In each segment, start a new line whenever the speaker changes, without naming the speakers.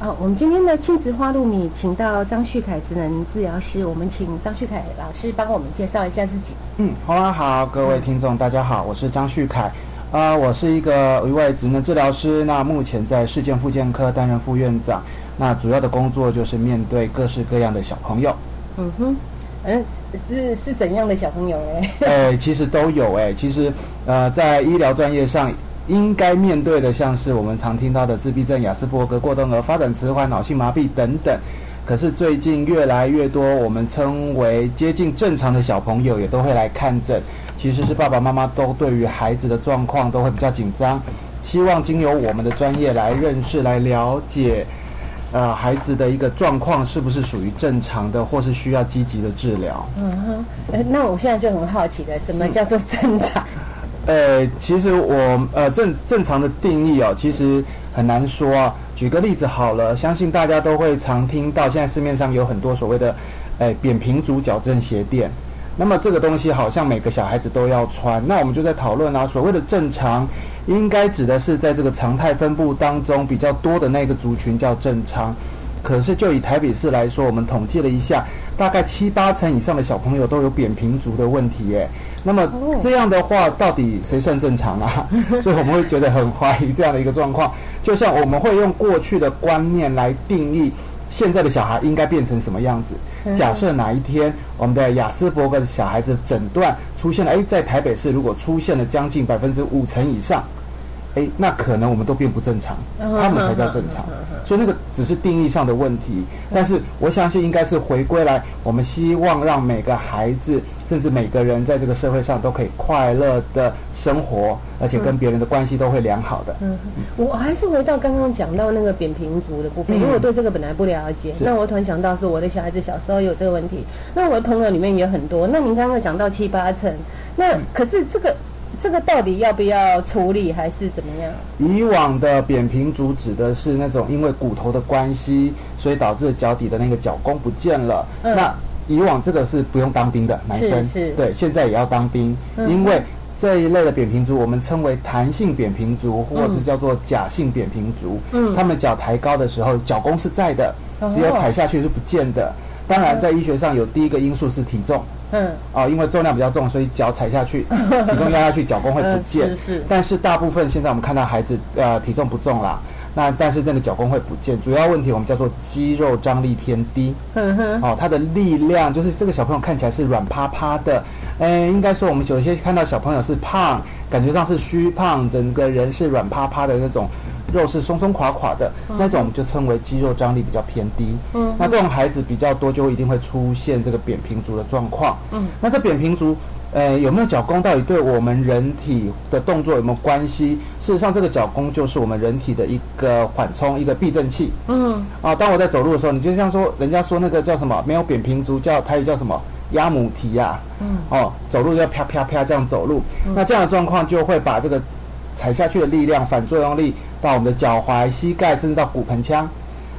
好，我们今天的亲子花露米，请到张旭凯职能治疗师，我们请张旭凯老师帮我们介绍一下自己。
嗯，红安好，各位听众，大家好，我是张旭凯，呃，我是一个一位职能治疗师，那目前在市建复健科担任副院长，那主要的工作就是面对各式各样的小朋友，
嗯哼，嗯，是是怎样的小朋友哎？
哎、其实都有哎、其实呃，在医疗专业上。应该面对的像是我们常听到的自闭症、雅斯伯格、过动儿、发展迟缓、脑性麻痹等等。可是最近越来越多我们称为接近正常的小朋友也都会来看诊，其实是爸爸妈妈都对于孩子的状况都会比较紧张，希望经由我们的专业来认识、来了解，呃，孩子的一个状况是不是属于正常的，或是需要积极的治疗。
嗯哼，呃，那我现在就很好奇了，什么叫做正常？
呃，其实我呃正正常的定义哦，其实很难说啊。举个例子好了，相信大家都会常听到，现在市面上有很多所谓的，呃扁平足矫正鞋垫。那么这个东西好像每个小孩子都要穿，那我们就在讨论啊，所谓的正常，应该指的是在这个常态分布当中比较多的那个族群叫正常。可是就以台北市来说，我们统计了一下，大概七八成以上的小朋友都有扁平足的问题耶。那么这样的话，到底谁算正常啊？所以我们会觉得很怀疑这样的一个状况。就像我们会用过去的观念来定义现在的小孩应该变成什么样子。假设哪一天我们的雅斯伯格的小孩子诊断出现了，诶，在台北市如果出现了将近百分之五成以上，诶，哎那可能我们都变不正常，他们才叫正常。所以那个只是定义上的问题，但是我相信应该是回归来，我们希望让每个孩子，甚至每个人在这个社会上都可以快乐的生活，而且跟别人的关系都会良好的。
我还是回到刚刚讲到那个扁平足的部分，
嗯
因为我对这个本来不了解。
是
那我突然想到说，我的小孩子小时候有这个问题，那我的朋友里面也很多。那您刚刚讲到七八成，那可是这个这个到底要不要处理，还是怎么样？
以往的扁平足指的是那种因为骨头的关系，所以导致脚底的那个脚弓不见了。
嗯
那以往这个是不用当兵的男生，
是
对，现在也要当兵，
嗯
因为这一类的扁平足我们称为弹性扁平足，或者是
嗯
叫做假性扁平足。
嗯
他们脚抬高的时候，脚弓是在的，
哦
只有踩下去是不见的。当然，在医学上有第一个因素是体重
嗯，
啊、因为重量比较重，所以脚踩下 去，体重压下去，脚弓会不
嗯
见。
是是，
但是大部分现在我们看到孩子呃体重不重啦，那但是那个脚弓会不见，主要问题我们叫做肌肉张力偏低
嗯哼，
哦，他的力量就是这个小朋友看起来是软趴趴的，哎，应该说我们有些看到小朋友是胖，感觉上是虚胖，整个人是软趴趴的那种。肉是松松垮垮的那种，我们就称为肌肉张力比较偏低。
嗯
那这种孩子比较多，就一定会出现这个扁平足的状况。
嗯
那这扁平足，呃，有没有脚弓？到底对我们人体的动作有没有关系？事实上，这个脚弓就是我们人体的一个缓冲、一个避震器
嗯，
啊。当我在走路的时候，你就像说，人家说那个叫什么？没有扁平足，叫台语叫什么？鸭母蹄呀、
嗯，
哦，走路就要啪啪啪这样走路。那这样的状况就会把这个踩下去的力量、反作用力到我们的脚踝、膝盖，甚至到骨盆腔。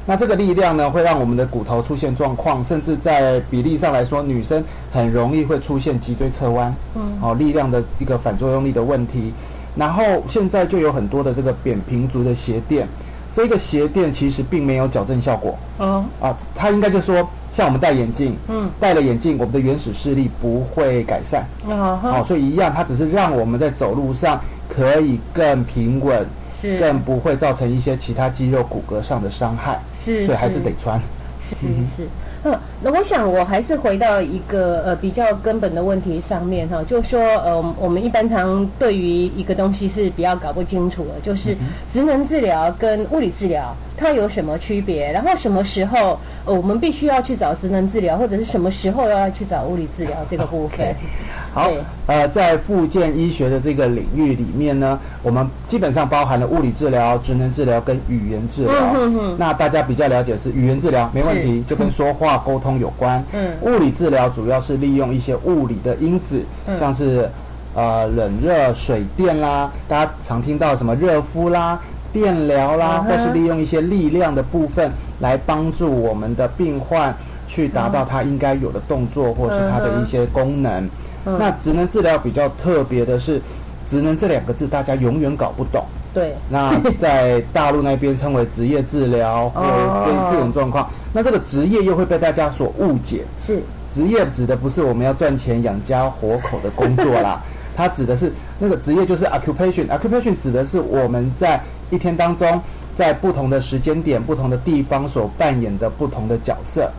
那这个力量呢，会让我们的骨头出现状况，甚至在比例上来说，女生很容易会出现脊椎侧弯，嗯，哦，力量的一个反作用力的问题。然后现在就有很多的这个扁平足的鞋垫，这个鞋垫其实并没有矫正效果，
哦，
啊，他应该就说，像我们戴眼镜，
嗯，
戴了眼镜，我们的原始视力不会改善，
哦，
哦，所以一样，它只是让我们在走路上可以更平稳，
是
更不会造成一些其他肌肉骨骼上的伤害，
是，
所以还是得穿。
是是。嗯，那我想我还是回到一个呃比较根本的问题上面哈，就说呃我们一般常对于一个东西是比较搞不清楚的，就是
嗯
职能治疗跟物理治疗它有什么区别，然后什么时候呃我们必须要去找职能治疗，或者是什么时候要去找物理治疗这个部分
OK 好
对，
呃，在复健医学的这个领域里面呢，我们基本上包含了物理治疗、职能治疗跟语言治疗。
嗯哼哼
那大家比较了解是语言治疗没问题，就跟说话沟通有关。
嗯
物理治疗主要是利用一些物理的因子，
嗯
像是呃冷热、水电啦，大家常听到什么热敷啦。电疗啦，
嗯
或
哼
是利用一些力量的部分来帮助我们的病患去达到他应该有的动作，或是他的一些功能。
嗯
那职能治疗比较特别的是，职能这两个字大家永远搞不懂。
对，
那在大陆那边称为职业治疗，或
哦
这这种状况，那这个职业又会被大家所误解。
是
职业指的不是我们要赚钱养家活口的工作啦，它指的是那个职业就是 occupation。occupation 指的是我们在一天当中，在不同的时间点、不同的地方所扮演的不同的角色。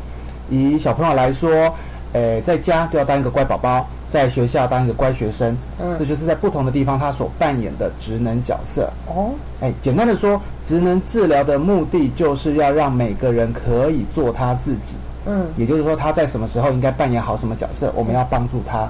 以小朋友来说，呃，在家就要当一个乖宝宝，在学校当一个乖学生，
嗯
这就是在不同的地方他所扮演的职能角色。
哦，
哎，简单的说，职能治疗的目的就是要让每个人可以做他自己。
嗯
也就是说，他在什么时候应该扮演好什么角色，我们要帮助他。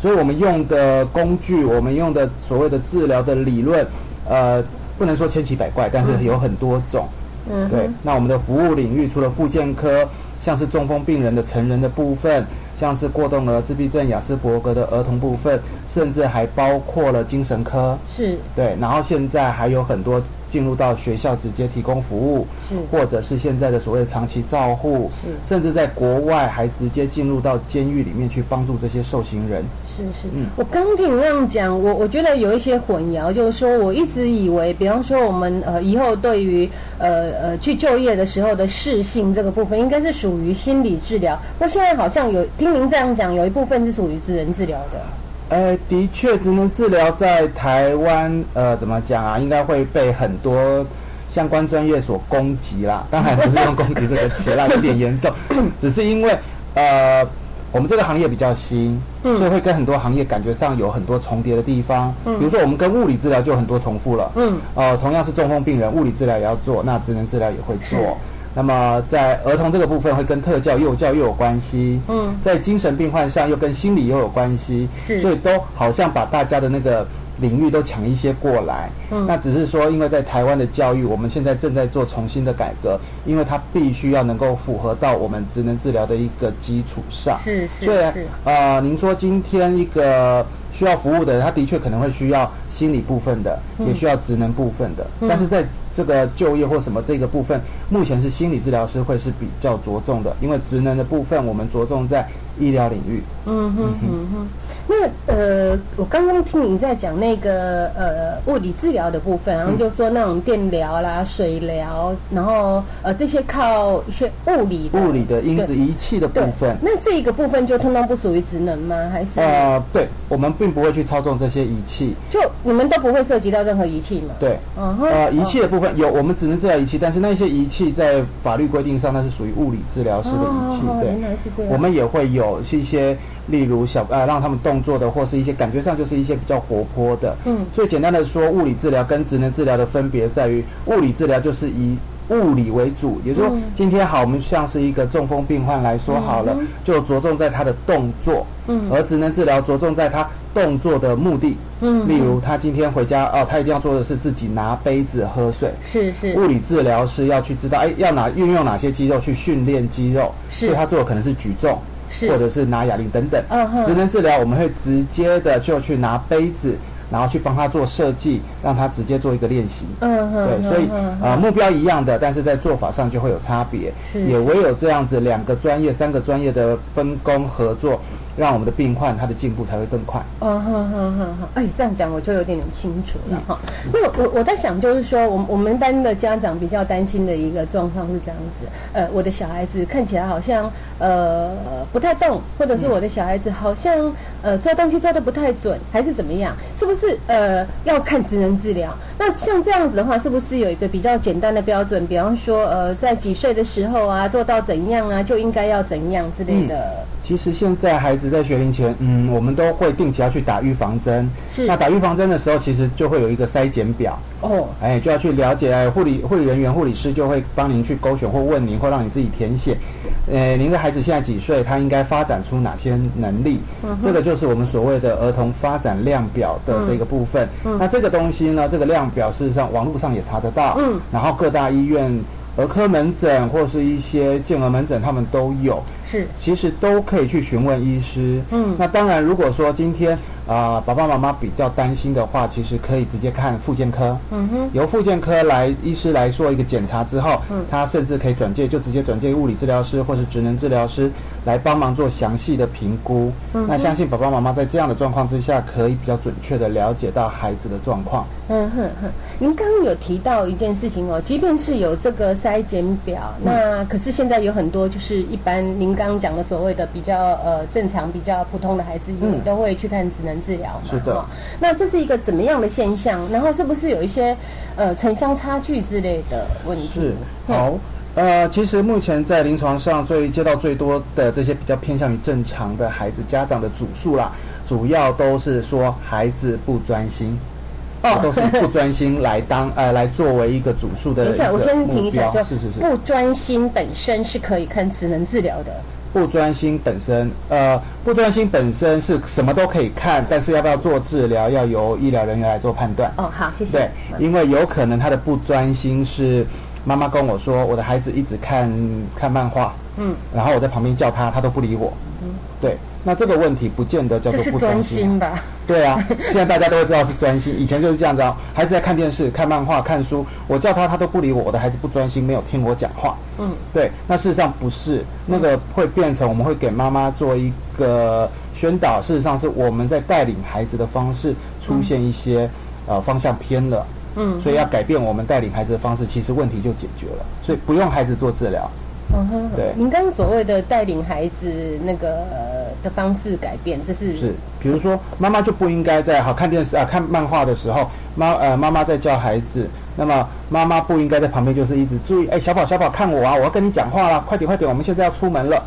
所以我们用的工具，我们用的所谓的治疗的理论，呃，不能说千奇百怪，但是有很多种。
嗯，
对，那我们的服务领域除了复健科，像是中风病人的成人的部分，像是过动儿、自闭症、雅斯伯格的儿童部分，甚至还包括了精神科。
是
对，然后现在还有很多进入到学校直接提供服务，
是
或者是现在的所谓的长期照护，
是
甚至在国外还直接进入到监狱里面去帮助这些受刑人。
是是，
嗯
我刚听你那样讲，我我觉得有一些混淆，就是说我一直以为，比方说我们呃以后对于呃呃去就业的时候的适性这个部分，应该是属于心理治疗，不过现在好像有听您这样讲，有一部分是属于职能治疗的，
呃，的确，职能治疗在台湾，呃，怎么讲啊？应该会被很多相关专业所攻击啦。 当然不是用“攻击”这个词 啦，有点严重， 只是因为呃，我们这个行业比较新，
嗯
所以会跟很多行业感觉上有很多重叠的地方。比如说，我们跟物理治疗就有很多重复了。
嗯，
呃，同样是中风病人，物理治疗也要做，那职能治疗也会做。那么在儿童这个部分会跟特教、幼教又有关系，
嗯，
在精神病患上又跟心理又有关系
是，
所以都好像把大家的那个领域都抢一些过来。
嗯
那只是说，因为在台湾的教育，我们现在正在做重新的改革，因为它必须要能够符合到我们职能治疗的一个基础上。
是
所以，呃，您说今天一个需要服务的人，他的确可能会需要心理部分的，
嗯
也需要职能部分的。但是在这个就业或什么这个部分，目前是心理治疗师会是比较着重的，因为职能的部分我们着重在医疗领域。
嗯哼嗯哼。那呃，我刚刚听你在讲那个呃物理治疗的部分，然后就说那种电疗啦、水疗，然后呃这些靠一些物理的
物理的因子、
对
仪器的部
对嗯
分，
那这一个部分就通通不属于职能吗？还是、
呃，对，我们并不会去操纵这些仪器。
就你们都不会涉及到任何仪器吗？，
对，
嗯哼，
呃，仪器的部分有，我们只能治疗仪器，但是那些仪器在法律规定上，那是属于物理治疗师的仪器。
哦
对
原，来是这样。
我们也会有是一些，例如小呃，让他们动作的，或是一些感觉上就是一些比较活泼的。
嗯
最简单的说，物理治疗跟职能治疗的分别在于，物理治疗就是以物理为主，也就是说
嗯，
今天好，我们像是一个中风病患来说好了，就着重在他的动作，
嗯
而职能治疗着重在他动作的目的。
嗯
例如，他今天回家哦，他一定要做的是自己拿杯子喝水。
是是
物理治疗师要去知道，哎，要哪运用哪些肌肉去训练肌肉，
是
所以他做的可能是举重，
是
或者是拿哑铃等等。
嗯哼
职能治疗我们会直接的就去拿杯子，然后去帮他做设计，让他直接做一个练习。
嗯哼，
对，
嗯
所以
哼
呃目标一样的，但是在做法上就会有差别。
是
也唯有这样子两个专业、三个专业的分工合作，让我们的病患他的进步才会更快。
嗯哼哼哼哼，哎，这样讲我就有点点清楚了哈。那我我在想，就是说，我们我们班的家长比较担心的一个状况是这样子，呃，我的小孩子看起来好像呃不太动，或者是我的小孩子好像呃做东西做的不太准，还是怎么样？是不是呃要看职能治疗？那像这样子的话，是不是有一个比较简单的标准？比方说呃在几岁的时候啊，做到怎样啊，就应该要怎样之类的？
其实现在孩子在学龄前，嗯，我们都会定期要去打预防针。
是
那打预防针的时候，其实就会有一个筛检表，
哦，
哎，就要去了解，哎，护理护理人员、护理师就会帮您去勾选或问您，或让你自己填写，呃，您的孩子现在几岁？他应该发展出哪些能力？
嗯
这个就是我们所谓的儿童发展量表的这个部分。
嗯
那这个东西呢，这个量表事实上网络上也查得到，
嗯，
然后各大医院儿科门诊或是一些健儿门诊，他们都有。
是
其实都可以去询问医师。
嗯
那当然，如果说今天啊、爸爸妈妈比较担心的话，其实可以直接看复健科。
嗯哼，
由复健科来医师来做一个检查之后，
嗯
他甚至可以转介，就直接转介物理治疗师或是职能治疗师来帮忙做详细的评估。
嗯哼
那相信爸爸妈妈在这样的状况之下，可以比较准确的了解到孩子的状况。
嗯哼哼，您刚刚有提到一件事情哦，即便是有这个筛检表，
嗯
那可是现在有很多就是一般您刚刚讲的所谓的比较呃正常、比较普通的孩子，
嗯
你都会去看职能治疗嘛？
是的
哈那这是一个怎么样的现象？然后是不是有一些呃城乡差距之类的问题？
是
嗯
好。呃，其实目前在临床上最接到最多的这些比较偏向于正常的孩子家长的主诉啦，主要都是说孩子不专心，
哦
都是以不专心来当 呃来作为一个主诉的呃
等
一
一下，
个
我先停
目
一下，
标，
就是
是是。
不专心本身是可以看职能治疗的。
不专心本身，呃，不专心本身是什么都可以看，但是要不要做治疗，要由医疗人员来做判断。
哦，好，谢谢。
对，因为有可能他的不专心是妈妈跟我说，我的孩子一直看看漫画，
嗯，
然后我在旁边叫他，他都不理我。对，那这个问题不见得叫
这
做
是
不专
专
心啊。
心吧？
对啊，现在大家都会知道是专心，以前就是这样子啊，孩子在看电视、看漫画、看书，我叫他他都不理我，我的孩子不专心，没有听我讲话。
嗯，
对，那事实上不是，那个会变成我们会给妈妈做一个宣导，事实上是我们在带领孩子的方式出现一些、呃方向偏了。
嗯
所以要改变我们带领孩子的方式，其实问题就解决了，所以不用孩子做治疗。
嗯哼，
对
您刚刚所谓的带领孩子那个、呃的方式改变，这是
是，比如说妈妈就不应该在好看电视啊、看漫画的时候，妈呃妈妈在教孩子，那么妈妈不应该在旁边就是一直注意，哎、小宝小宝看我啊，我要跟你讲话啦，快点快点，我们现在要出门了。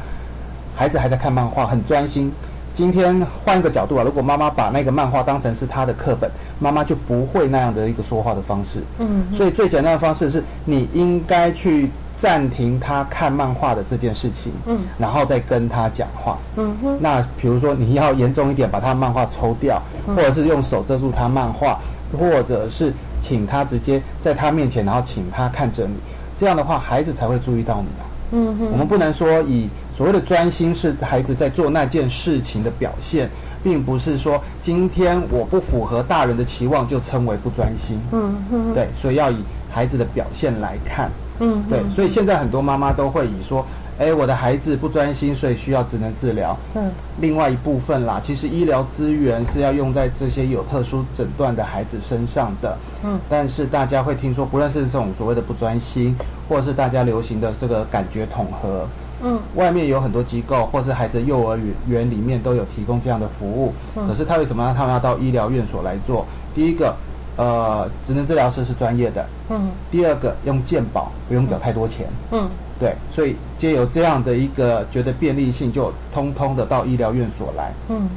孩子还在看漫画，很专心。今天换一个角度啊，如果妈妈把那个漫画当成是他的课本，妈妈就不会那样的一个说话的方式。
嗯
所以最简单的方式是，你应该去暂停他看漫画的这件事情，
嗯，
然后再跟他讲话。
嗯哼
那比如说你要严重一点，把他漫画抽掉，
嗯
或者是用手遮住他漫画，或者是请他直接在他面前，然后请他看着你，这样的话孩子才会注意到你啊。
嗯
我
哼
们不能说以所谓的专心是孩子在做那件事情的表现，并不是说今天我不符合大人的期望就称为不专心。
嗯哼
对，所以要以孩子的表现来看。
嗯哼
对，所以现在很多妈妈都会以说，哎，我的孩子不专心，所以需要职能治疗。
嗯
另外一部分啦，其实医疗资源是要用在这些有特殊诊断的孩子身上的。
嗯，
但是大家会听说，不论是这种所谓的不专心，或者是大家流行的这个感觉统合，
嗯
外面有很多机构或是孩子幼儿园里面都有提供这样的服务，
嗯
可是他为什么他们要到医疗院所来做？第一个，呃，职能治疗师是专业的；
嗯
第二个，用健保不用缴太多钱，
嗯
对，所以借由这样的一个觉得便利性，就通通的到医疗院所来，
嗯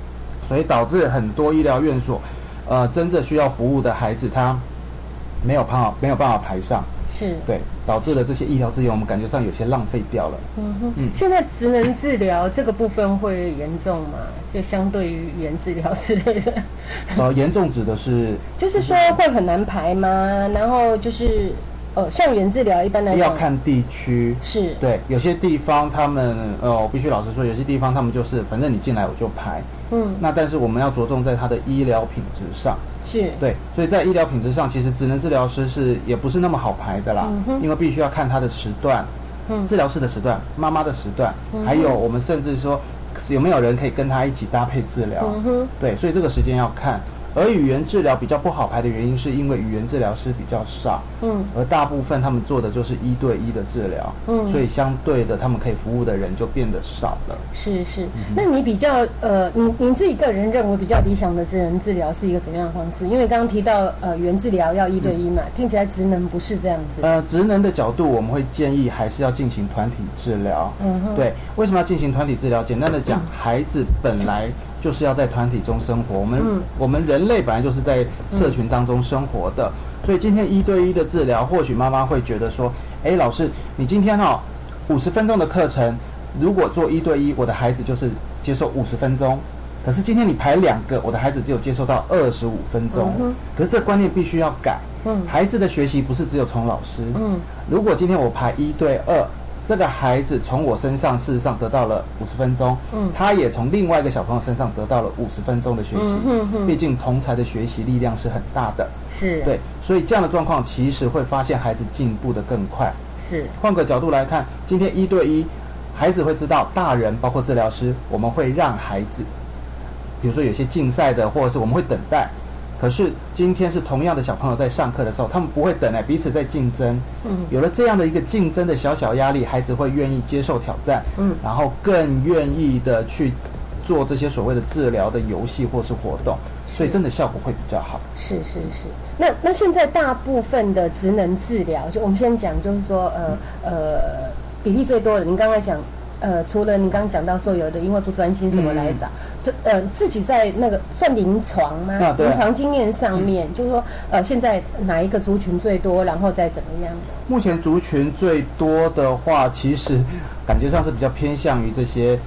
所以导致很多医疗院所，呃，真正需要服务的孩子他没有办法没有办法排上，
是
对，导致了这些医疗资源我们感觉上有些浪费掉了。
嗯哼
嗯
现在职能治疗这个部分会严重吗？就相对于语言治疗之类的，
呃，严重指的是
就是说会很难排吗？然后就是呃，像语言治疗一般来讲
要看地区，
是
对，有些地方他们呃，我必须老实说，有些地方他们就是反正你进来我就排。
嗯
那但是我们要着重在它的医疗品质上，
是
对，所以在医疗品质上，其实职能治疗师是也不是那么好排的啦，
嗯哼
因为必须要看他的时段，
嗯
治疗师的时段、妈妈的时段，还有我们甚至说有没有人可以跟他一起搭配治疗，
嗯哼
对，所以这个时间要看。而语言治疗比较不好排的原因，是因为语言治疗师比较少，
嗯
而大部分他们做的就是一对一的治疗，
嗯
所以相对的，他们可以服务的人就变得少了。
是是。
嗯
那你比较呃，你你自己个人认为比较理想的职能治疗是一个怎么样的方式？因为刚刚提到呃，原治疗要一对一嘛，听起来职能不是这样子。
呃，职能的角度，我们会建议还是要进行团体治疗。
嗯哼，嗯
对，为什么要进行团体治疗？简单的讲，孩子本来就是要在团体中生活，我们、
嗯
我们人类本来就是在社群当中生活的，所以今天一对一的治疗，或许妈妈会觉得说，诶，老师，你今天哈五十分钟的课程，如果做一对一，我的孩子就是接受五十分钟。可是今天你排两个，我的孩子只有接受到二十五分钟。
嗯哼
可是这观念必须要改，
嗯
孩子的学习不是只有从老师，
嗯
如果今天我排一对二，这个孩子从我身上事实上得到了五十分钟，
嗯
他也从另外一个小朋友身上得到了五十分钟的学习。
嗯哼哼
毕竟同才的学习力量是很大的，
是，
对，所以这样的状况其实会发现孩子进步的更快。
是，
换个角度来看，今天一对一，孩子会知道大人包括治疗师，我们会让孩子，比如说有些竞赛的，或者是我们会等待。可是今天是同样的小朋友在上课的时候，他们不会等哎，彼此在竞争。
嗯
有了这样的一个竞争的小小压力，孩子会愿意接受挑战，
嗯
然后更愿意的去做这些所谓的治疗的游戏或是活动，所以真的效果会比较好。
是是是。那那现在大部分的职能治疗，就我们先讲，就是说呃呃比例最多的，您刚才讲。呃，除了你刚刚讲到说有的因为不专心什么来找，这、呃自己在那个算临床吗？
嗯啊对嗯
临床经验上面，就是说呃现在哪一个族群最多，然后再怎么样？
目前族群最多的话，其实感觉上是比较偏向于这些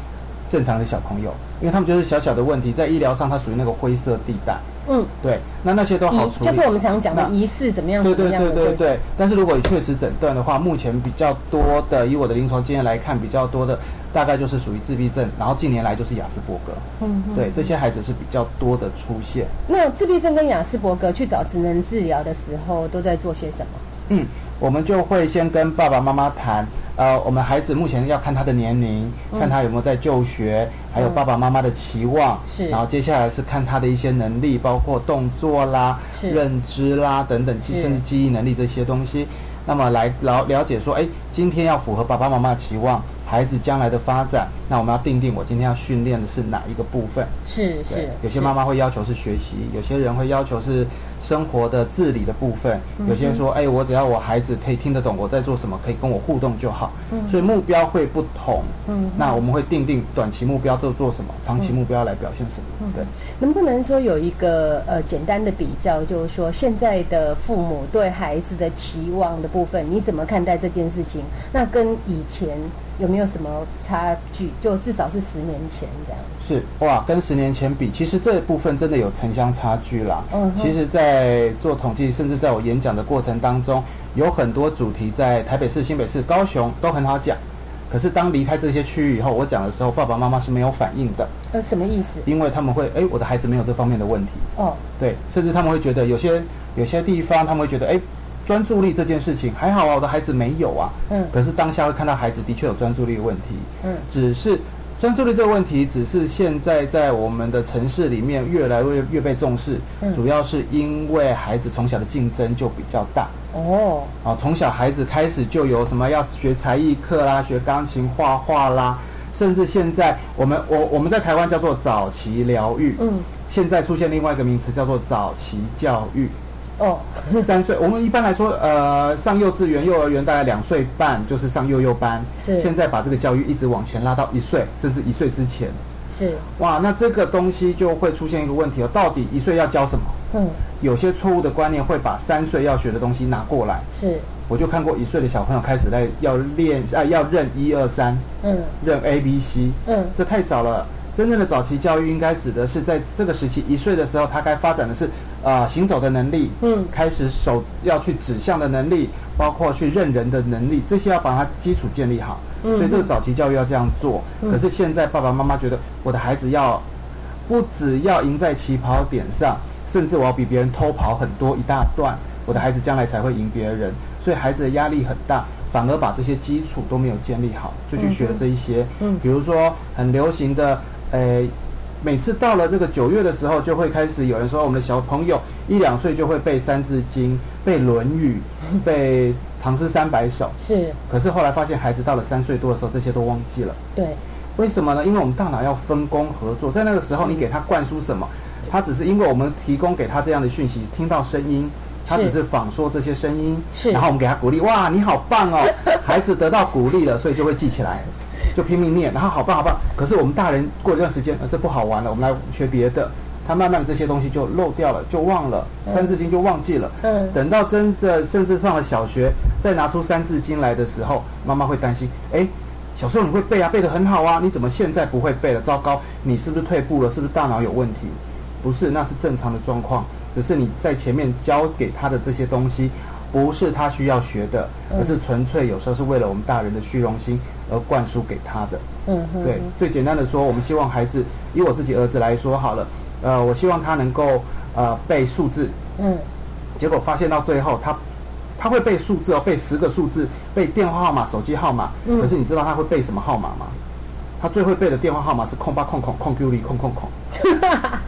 正常的小朋友，因为他们就是小小的问题，在医疗上它属于那个灰色地带。
嗯，
对，那那些都好处
仪
理。
嗯就是我们常讲的
那
仪式怎么样
对
怎么
对
样的
对对
这种
对，但是如果确实诊断的话，目前比较多的，以我的临床经验来看，比较多的大概就是属于自闭症，然后近年来就是雅斯伯格，
嗯嗯。
对这些孩子是比较多的出现。
那自闭症跟雅斯伯格去找职能治疗的时候，都在做些什么？
嗯，我们就会先跟爸爸妈妈谈，呃，我们孩子目前要看他的年龄，
嗯
看他有没有在就学，还有爸爸妈妈的期望，
是
然后接下来是看他的一些能力，包括动作啦、
是
认知啦等等，记
是
甚至记忆能力这些东西。那么来了了解说，哎，今天要符合爸爸妈妈的期望，孩子将来的发展，那我们要定定我今天要训练的是哪一个部分。
是
对
是，，
有些妈妈会要求是学习，有些人会要求是生活的自理的部分，
嗯
有些人说，哎，我只要我孩子可以听得懂我在做什么，可以跟我互动就好。所以目标会不同。
嗯哼嗯
那我们会定定短期目标就做什么，长期目标来表现什么。对，
能不能说有一个呃简单的比较，就是说现在的父母对孩子的期望的部分，你怎么看待这件事情？那跟以前有没有什么差距？就至少是十年前这样。
是哇，跟十年前比，其实这部分真的有城乡差距啦。
嗯哼
其实，在做统计，甚至在我演讲的过程当中，有很多主题在台北市、新北市、高雄都很好讲。可是当离开这些区域以后，我讲的时候，爸爸妈妈是没有反应的，
呃，什么意思？
因为他们会，哎，我的孩子没有这方面的问题，
哦，
对，甚至他们会觉得有些有些地方他们会觉得，哎，专注力这件事情还好啊，我的孩子没有啊。
嗯
可是当下会看到孩子的确有专注力的问题，
嗯
只是专注力这个问题，只是现在在我们的城市里面越来越越被重视，
嗯
主要是因为孩子从小的竞争就比较大
哦，
啊，从小孩子开始就有什么要学才艺课啦，学钢琴、画画啦，甚至现在我们我我们在台湾叫做早期疗愈，
嗯
现在出现另外一个名词叫做早期教育。
哦，
三岁，我们一般来说，呃，上幼稚园、幼儿园大概两岁半就是上幼幼班，
是
现在把这个教育一直往前拉到一岁，甚至一岁之前，
是，
哇，那这个东西就会出现一个问题哦，到底一岁要教什么？
嗯
有些错误的观念会把三岁要学的东西拿过来，
是，
我就看过一岁的小朋友开始在要练啊、要认一二三，
嗯
认 A B C，
嗯
这太早了。真正的早期教育应该指的是在这个时期一岁的时候，他该发展的是呃行走的能力，
嗯
开始手要去指向的能力，包括去认人的能力，这些要把它基础建立好。
嗯
所以这个早期教育要这样做。可是现在爸爸妈妈觉得我的孩子要不只要赢在起跑点上，甚至我要比别人偷跑很多一大段，我的孩子将来才会赢别人。所以孩子的压力很大，反而把这些基础都没有建立好，就去学了这一些。
嗯哼嗯
比如说很流行的，呃，每次到了这个九月的时候，就会开始有人说，我们的小朋友一两岁就会背《三字经》、背《论语》、背《唐诗三百首》，
是
可是后来发现，孩子到了三岁多的时候，这些都忘记了。
对，
为什么呢？因为我们大脑要分工合作，在那个时候，你给他灌输什么，他只是因为我们提供给他这样的讯息，听到声音，他
是
只是仿说这些声音，
是
然后我们给他鼓励，哇，你好棒 哦，孩子得到鼓励了，所以就会记起来，就拼命念，然后好棒好棒。可是我们大人过一段时间，呃，这不好玩了，我们来学别的。他慢慢的这些东西就漏掉了，就忘了，《三字经》就忘记了。
嗯
等到真的甚至上了小学，再拿出《三字经》来的时候，妈妈会担心，哎，小时候你会背啊，背得很好啊，你怎么现在不会背了？糟糕，你是不是退步了？是不是大脑有问题？不是，那是正常的状况，只是你在前面教给他的这些东西，不是他需要学的，而是纯粹有时候是为了我们大人的虚荣心而灌输给他的。
嗯哼，
对，最简单的说，我们希望孩子，以我自己儿子来说好了，呃，我希望他能够呃背数字，
嗯
结果发现到最后，他他会背数字哦，背十个数字，背电话号码、手机号码。
嗯
可是你知道他会背什么号码吗？他最会背的电话号码是空八空空空 Q 零空 空空，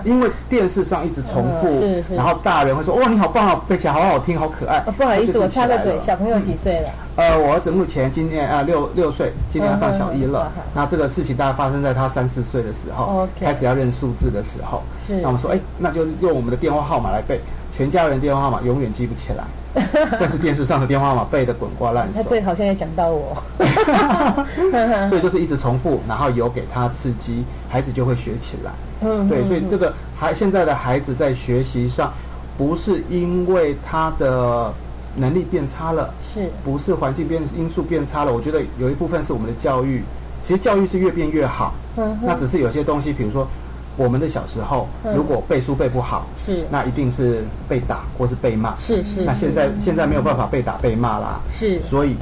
因为电视上一直重复，
嗯是是
然后大人会说：“哇，你好棒哦，背起来好好听，好可爱。
哦不好
他
意思，
就
我
记起来
插个嘴，
了
小朋友几岁了？
呃，我儿子目前今年啊六六岁，今年要上小一了
嗯嗯嗯嗯。
那这个事情大概发生在他三四岁的时候
OK
开始要认数字的时候。
是
那我们说，哎，那就用我们的电话号码来背，全家人电话号码永远记不 起来，但是电视上的电话号码背得滚瓜烂
他
熟。
这好像也讲到我，
所以就是一直重复，然后有给他刺激，孩子就会学起来。
嗯
对，所以
嗯
这个孩现在的孩子在学习上，不是因为他的能力变差了。
是
不是环境变因素变差了，我觉得有一部分是我们的教育，其实教育是越变越好，
嗯哼
那只是有些东西，比如说我们的小时候
嗯
如果背书背不好，
是
那一定是被打或是被骂，
是是
那现在现在没有办法被打被骂啦，
是
所以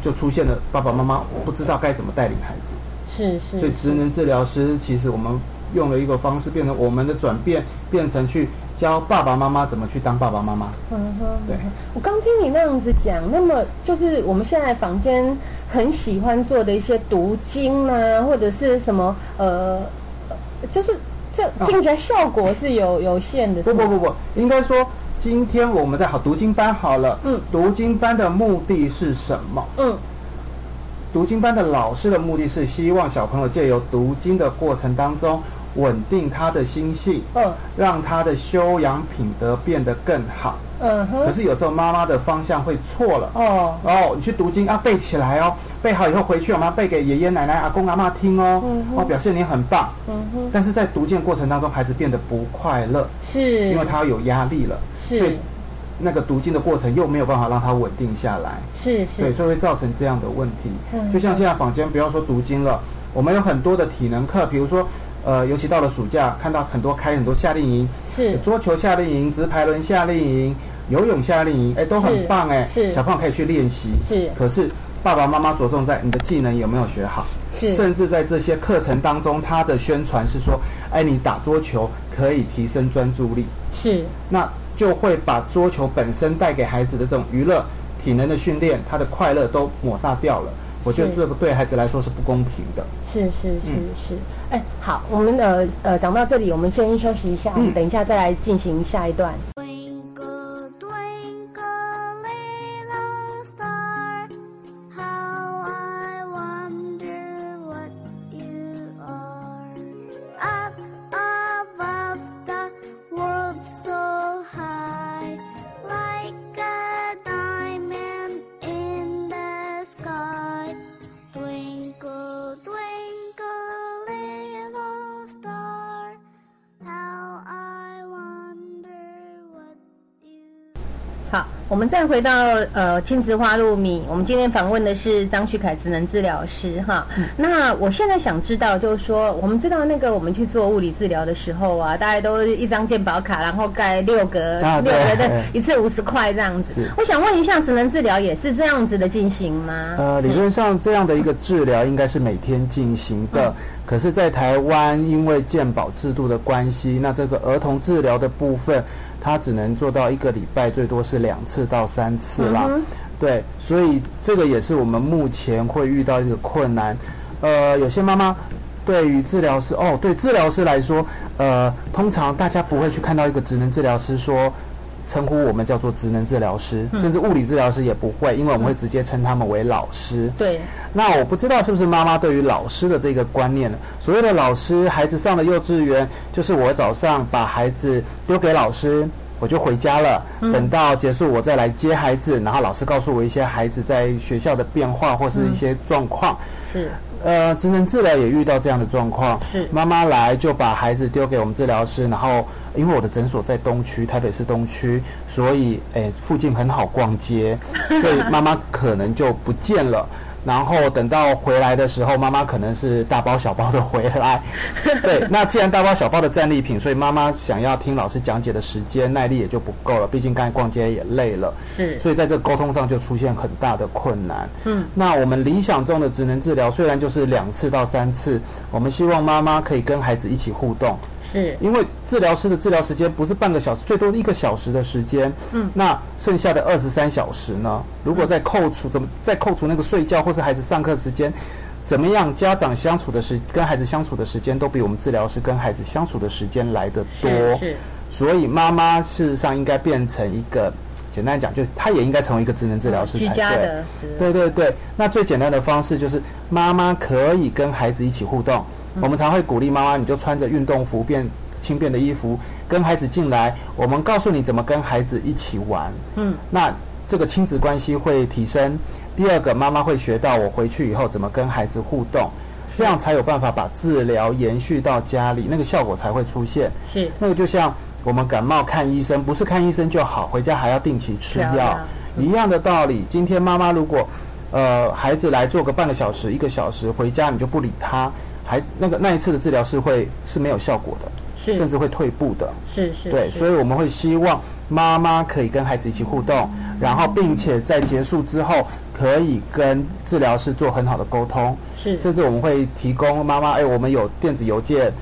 就出现了爸爸妈妈不知道该怎么带领孩子，
是是，
所以职能治疗师其实我们用了一个方式，变成我们的转变变成去教爸爸妈妈怎么去当爸爸妈妈，
嗯哼，
对。
我刚听你那样子讲，那么就是我们现在房间很喜欢做的一些读经啊，或者是什么呃，呃就是这听起来效果是有有限的，
不
是
哦不
吗，
不不，应该说今天我们在好读经班好了。
嗯
读经班的目的是什么？
嗯
读经班的老师的目的是希望小朋友借由读经的过程当中，稳定他的心性，
嗯
让他的修养品德变得更好。
嗯
可
哼，
是有时候妈妈的方向会错了。
哦，
哦，你去读经啊，背起来哦，背好以后回去，我们要背给爷爷奶奶、阿公阿妈听哦。
嗯哼
哦，表现你很棒。
嗯哼，
但是在读经的过程当中，孩子变得不快乐，
是，
因为他有压力了。所
嗯是
以那个读经的过程又没有办法让它稳定下来，
是
对，
是，
所以会造成这样的问题
嗯。
就像现在坊间不要说读经了，我们有很多的体能课，比如说，呃，尤其到了暑假，看到很多开很多夏令营，
是
桌球夏令营、直排轮夏令营、游泳夏令营，哎，都
是
很棒哎
是，
小朋友可以去练习。
是
可是爸爸妈妈着重在你的技能有没有学好，
是
甚至在这些课程当中，它的宣传是说，哎，你打桌球可以提升专注力。
是
那就会把桌球本身带给孩子的这种娱乐、体能的训练，他的快乐都抹杀掉了。我觉得
是
这个对孩子来说是不公平的。
是是
嗯
是是，哎，好，我们呃呃讲到这里，我们先休息一下，
嗯
等一下再来进行下一段。
Twinkle, twinkle, little star, how I wonder what you are. Up above the world so high, like a diamond in the sky. Twinkle, twinkle, little star. How I wonder what you
好，我们再回到呃亲子花露米，我们今天访问的是张旭凯职能治疗师哈。
嗯
那我现在想知道，就是说，我们知道那个我们去做物理治疗的时候啊，大家都是一张健保卡，然后盖六格、
啊
六
对
格的
哎
一次五十块这样子
是。
我想问一下，职能治疗也是这样子的进行吗？
呃，理论上这样的一个治疗应该是每天进行的，
嗯
可是，在台湾因为健保制度的关系，那这个儿童治疗的部分，它只能做到一个礼拜最多是两次到三次啦。
嗯哼
对，所以这个也是我们目前会遇到一个困难。呃，有些妈妈对于治疗师哦，对治疗师来说，呃，通常大家不会去看到一个职能治疗师说称呼我们叫做职能治疗师，甚至物理治疗师也不会，因为我们会直接称他们为老师。
对，
那我不知道是不是妈妈对于老师的这个观念呢？所谓的老师，孩子上了幼稚园，就是我早上把孩子丢给老师，我就回家了。等到结束，我再来接孩子，然后老师告诉我一些孩子在学校的变化或是一些状况。
是
呃，职能治疗也遇到这样的状况，
是
妈妈来就把孩子丢给我们治疗师，然后因为我的诊所在东区，台北市东区，所以诶附近很好逛街，所以妈妈可能就不见了。然后等到回来的时候，妈妈可能是大包小包的回来。对，那既然大包小包的战利品，所以妈妈想要听老师讲解的时间耐力也就不够了，毕竟刚才逛街也累了。
是
所以在这沟通上就出现很大的困难。
嗯，
那我们理想中的职能治疗虽然就是两次到三次，我们希望妈妈可以跟孩子一起互动，
是
因为治疗师的治疗时间不是半个小时，最多一个小时的时间。嗯，那剩下的二十三小时呢？如果再扣除怎么再扣除那个睡觉或是孩子上课时间，怎么样家长相处的时跟孩子相处的时间都比我们治疗师跟孩子相处的时间来得多。
是是
所以妈妈事实上应该变成一个，简单讲，就是她也应该成为一个职能治疗师
啊哦居
才
家
对。
的职
对对对，那最简单的方式就是妈妈可以跟孩子一起互动。
嗯
我们常会鼓励妈妈，你就穿着运动服变轻便的衣服，跟孩子进来，我们告诉你怎么跟孩子一起玩。
嗯，
那这个亲子关系会提升。第二个，妈妈会学到我回去以后怎么跟孩子互动，这样才有办法把治疗延续到家里，那个效果才会出现。
是
那个就像我们感冒看医生，不是看医生就好，回家还要定期吃
疗
药
养，
一样的道理。今天妈妈如果，呃，孩子来做个半个小时、一个小时，回家你就不理他，还那个那一次的治疗是会是没有效果的，
是
甚至会退步的。
是是，
对，
是
所以我们会希望妈妈可以跟孩子一起互动，然后并且在结束之后可以跟治疗师做很好的沟通。
是
甚至我们会提供妈妈，哎，我们有电子邮件，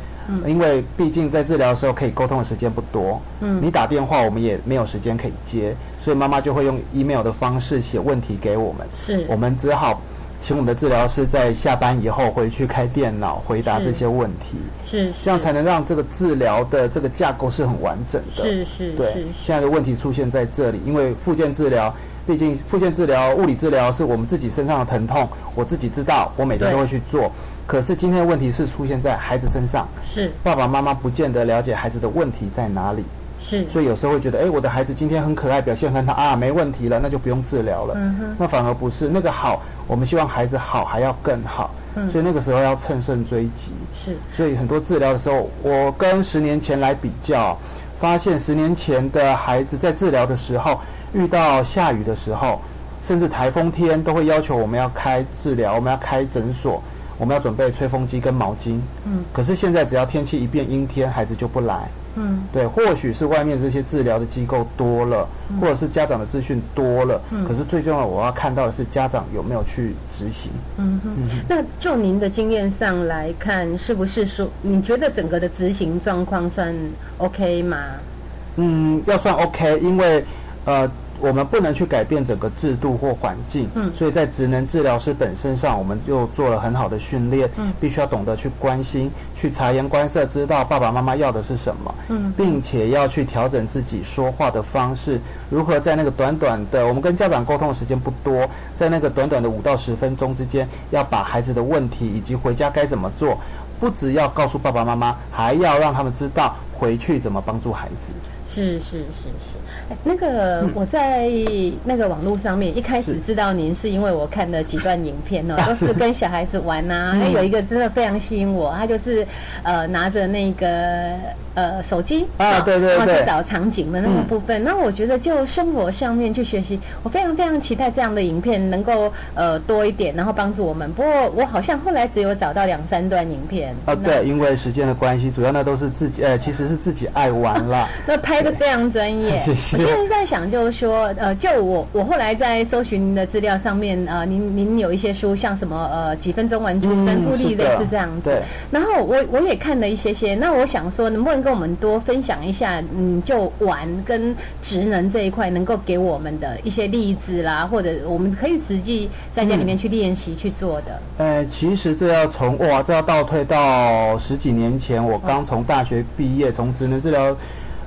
因为毕竟在治疗的时候可以沟通的时间不多，
嗯
你打电话我们也没有时间可以接，所以妈妈就会用 email 的方式写问题给我们，
是
我们只好请我们的治疗师在下班以后回去开电脑回答
是
这些问题，
是
这样才能让这个治疗的这个架构是很完整的。
是是
对
是，
现在的问题出现在这里，因为复健治疗，毕竟复健治疗、物理治疗是我们自己身上的疼痛，我自己知道，我每天都会去做。可是今天的问题是出现在孩子身上，
是
爸爸妈妈不见得了解孩子的问题在哪里，
是
所以有时候会觉得，哎，我的孩子今天很可爱，表现很好啊，没问题了，那就不用治疗了。
嗯哼
那反而不是那个好，我们希望孩子好还要更好，
嗯
所以那个时候要乘胜追击。
是
所以很多治疗的时候，我跟十年前来比较，发现十年前的孩子在治疗的时候，遇到下雨的时候，甚至台风天，都会要求我们要开治疗，我们要开诊所，我们要准备吹风机跟毛巾。
嗯，
可是现在只要天气一变阴天，孩子就不来。
嗯
对，或许是外面这些治疗的机构多了，
嗯
或者是家长的资讯多了，可是最重要，我要看到的是家长有没有去执行。
嗯哼。那就您的经验上来看，是不是说你觉得整个的执行状况算 OK 吗？
嗯，要算 OK，因为呃，我们不能去改变整个制度或环境，
嗯
所以在职能治疗师本身上，我们就做了很好的训练，
嗯
必须要懂得去关心，去察言观色，知道爸爸妈妈要的是什么，
嗯
并且要去调整自己说话的方式，如何在那个短短的我们跟家长沟通的时间不多，在那个短短的五到十分钟之间，要把孩子的问题以及回家该怎么做，不只要告诉爸爸妈妈，还要让他们知道回去怎么帮助孩子。
是是是是，哎，那个
嗯
我在那个网络上面一开始
是
知道您，是因为我看了几段影片
嗯
哦，都是跟小孩子 玩呐、啊。那有一个真的非常吸引我，他就是呃拿着那个呃手机
啊
哦
对对
然后去
对
找场景的那个
嗯
部分。那我觉得就生活上面去学习，我非常非常期待这样的影片能够呃多一点，然后帮助我们。不过我好像后来只有找到两三段影片
啊，
那
对，因为时间的关系，主要那都是自己，呃，其实是自己爱玩啦。
那拍的非常专 业。
谢谢
我现在在想，就是说，呃，就我我后来在搜寻您的资料上面，呃，您您有一些书，像什么呃几分钟玩出
嗯
专注力
是的
类似这样子
对。
然后我我也看了一些些，那我想说，能不能跟我们多分享一下，嗯，就玩跟职能这一块能够给我们的一些例子啦，或者我们可以实际在家里
嗯
面去练习去做的。
呃，其实这要从哇，这要倒退到十几年前，我刚从大学毕业，从职能治疗，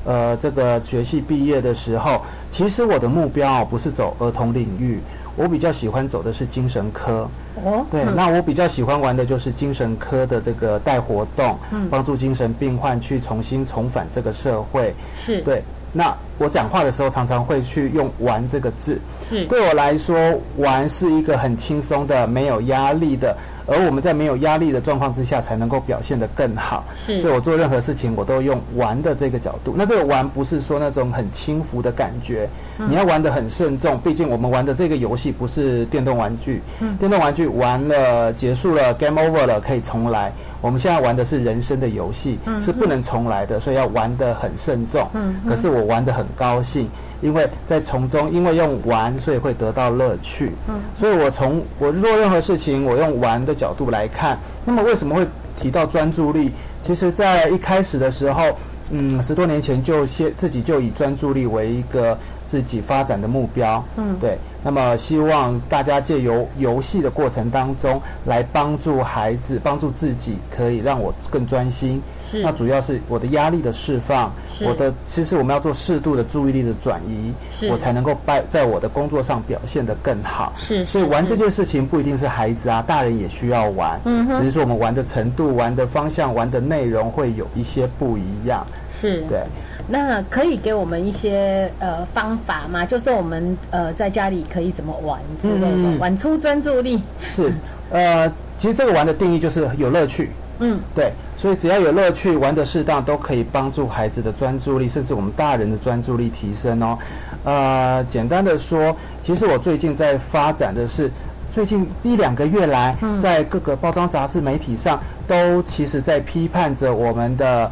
呃，这个学系毕业的时候，其实我的目标不是走儿童领域，我比较喜欢走的是精神科。
哦，
对，那我比较喜欢玩的就是精神科的这个带活动，帮助精神病患去重新重返这个社会。
是，
对，那我讲话的时候常常会去用“玩”这个字，
是，
对我来说，玩是一个很轻松的、没有压力的，而我们在没有压力的状况之下，才能够表现得更好。
是
所以我做任何事情，我都用玩的这个角度。那这个玩不是说那种很轻浮的感觉，你要玩得很慎重。毕竟我们玩的这个游戏不是电动玩具，电动玩具玩了结束了，game over 了，可以重来。我们现在玩的是人生的游戏，是不能重来的，所以要玩得很慎重。可是我玩得很高兴，因为在从中，因为用玩，所以会得到乐趣。所以我从我做任何事情，我用玩的角度来看。那么为什么会提到专注力？其实，在一开始的时候，嗯，十多年前就先自己就以专注力为一个自己发展的目标。嗯，对。那么希望大家借由游戏的过程当中，来帮助孩子，帮助自己，可以让我更专心。
是
那主要是我的压力的释放，
嗯是
我的其实我们要做适度的注意力的转移
是，
我才能够在在我的工作上表现得更好。
是是
所以玩这
是
件事情不一定是孩子啊，大人也需要玩，
嗯哼
只是说我们玩的程度、玩的方向、玩的内容会有一些不一样。
是，
对，
那可以给我们一些呃方法吗？就是我们呃在家里可以怎么玩之类的，
嗯
玩出专注力。
是，呃，其实这个玩的定义就是有乐趣，
嗯，
对，所以只要有乐趣，玩的适当，都可以帮助孩子的专注力，甚至我们大人的专注力提升哦。呃，简单的说，其实我最近在发展的是，最近一两个月来，
嗯
在各个包装杂志媒体上，都其实在批判着我们的。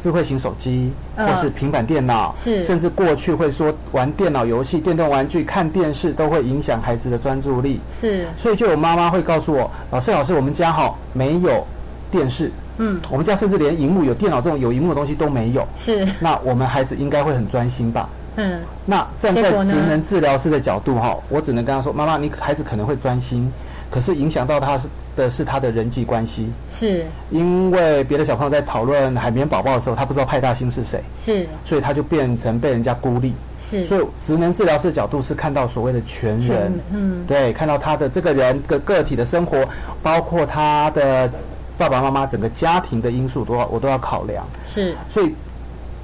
智慧型手机，
嗯
或是平板电脑，
是
甚至过去会说玩电脑游戏、电动玩具、看电视，都会影响孩子的专注力。
是，
所以就有妈妈会告诉我，老师老师，我们家哈没有电视，
嗯，
我们家甚至连荧幕有电脑这种有荧幕的东西都没有。
是，
那我们孩子应该会很专心吧？
嗯，
那站
结
在
果呢
职能治疗师的角度哈，我只能跟他说，妈妈，你孩子可能会专心，可是影响到他是的是他的人际关系，
是
因为别的小朋友在讨论海绵宝宝的时候，他不知道派大星是谁，
是
所以他就变成被人家孤立。
是，
所以职能治疗师的角度是看到所谓的全
全
人，
嗯
对，看到他的这个人个个体的生活，包括他的爸爸妈妈整个家庭的因素都要我都要考量。
是
所以，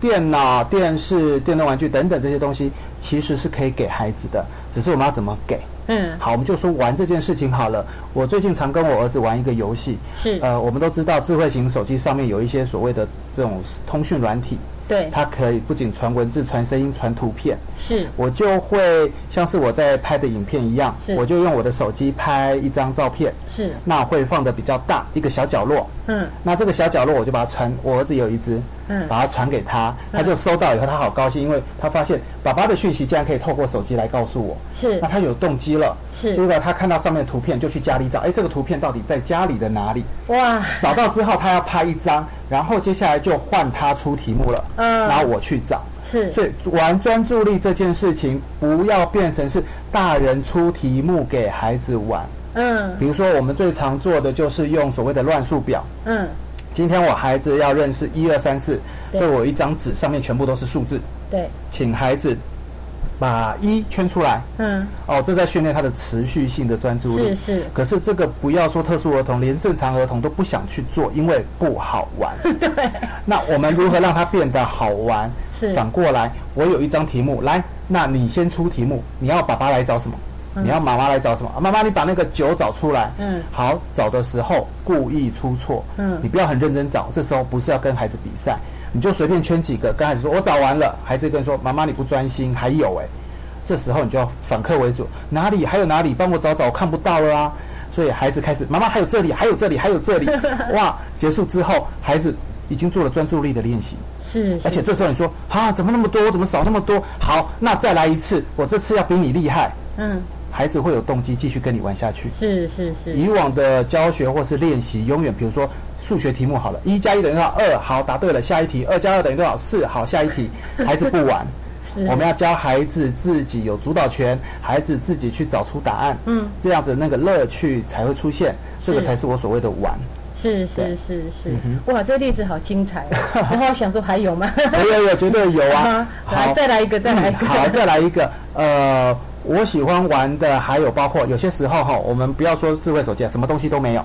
电脑、电视、电动玩具等等这些东西，其实是可以给孩子的，只是我们要怎么给。
嗯
好，我们就说玩这件事情好了。我最近常跟我儿子玩一个游戏，
是，
呃，我们都知道智慧型手机上面有一些所谓的这种通讯软体，
对，
它可以不仅传文字、传声音、传图片。
是
我就会像是我在拍的影片一样
是，
我就用我的手机拍一张照片，
是，
那会放的比较大，一个小角落。
嗯
那这个小角落我就把它传，我儿子有一只，
嗯
把它传给他，他就收到以后他好高兴，因为他发现爸爸的讯息竟然可以透过手机来告诉我，
是
那他有动机了。
是
结果他看到上面的图片，就去家里找，哎，这个图片到底在家里的哪里？
哇，
找到之后，他要拍一张，然后接下来就换他出题目了，
嗯
然后我去找。
是
所以玩专注力这件事情，不要变成是大人出题目给孩子玩。
嗯
比如说，我们最常做的就是用所谓的乱数表。
嗯
今天我孩子要认识一二三四，
对
所以我有一张纸上面全部都是数字，
对，
请孩子把一圈出来。
嗯
哦，这在训练他的持续性的专注力。
是是，
可是这个不要说特殊儿童，连正常儿童都不想去做，因为不好 玩。对。那我们如何让它变得好玩？
是
反过来，我有一张题目，来，那你先出题目，你要爸爸来找什么？你要妈妈来找什么？啊妈妈，你把那个九找出来。
嗯
好，找的时候故意出错。
嗯
你不要很认真找，这时候不是要跟孩子比赛，你就随便圈几个，跟孩子说，我找完了。孩子跟你说，妈妈你不专心，还有哎、这时候你就要反客为主，哪里还有哪里，帮我找找，我看不到了啊。所以孩子开始，妈妈还有这里，还有这里，还有这里，哇！结束之后，孩子已经做了专注力的练习，
是，
而且这时候你说啊，怎么那么多？我怎么少那么多？好，那再来一次，我这次要比你厉害，
嗯，
孩子会有动机继续跟你玩下去。
是是是，
以往的教学或是练习，永远比如说数学题目好了，一加一等于多少？二好，答对了，下一题。二加二等于多少？四好，下一题。孩子不 玩，
是
我们要教孩子自己有主导权，孩子自己去找出答案。
嗯，
这样子那个乐趣才会出现，这个
是
才是我所谓的玩。
是是
对
是
嗯
是，哇，这个例子好精彩 哦，然后我想说还有吗？！
哎有有有，绝对有啊 好
来，再来一个，再来一
嗯好，
个，
再来一个。呃，我喜欢玩的还有包括有些时候哈，我们不要说智慧手机，啊，什么东西都没有，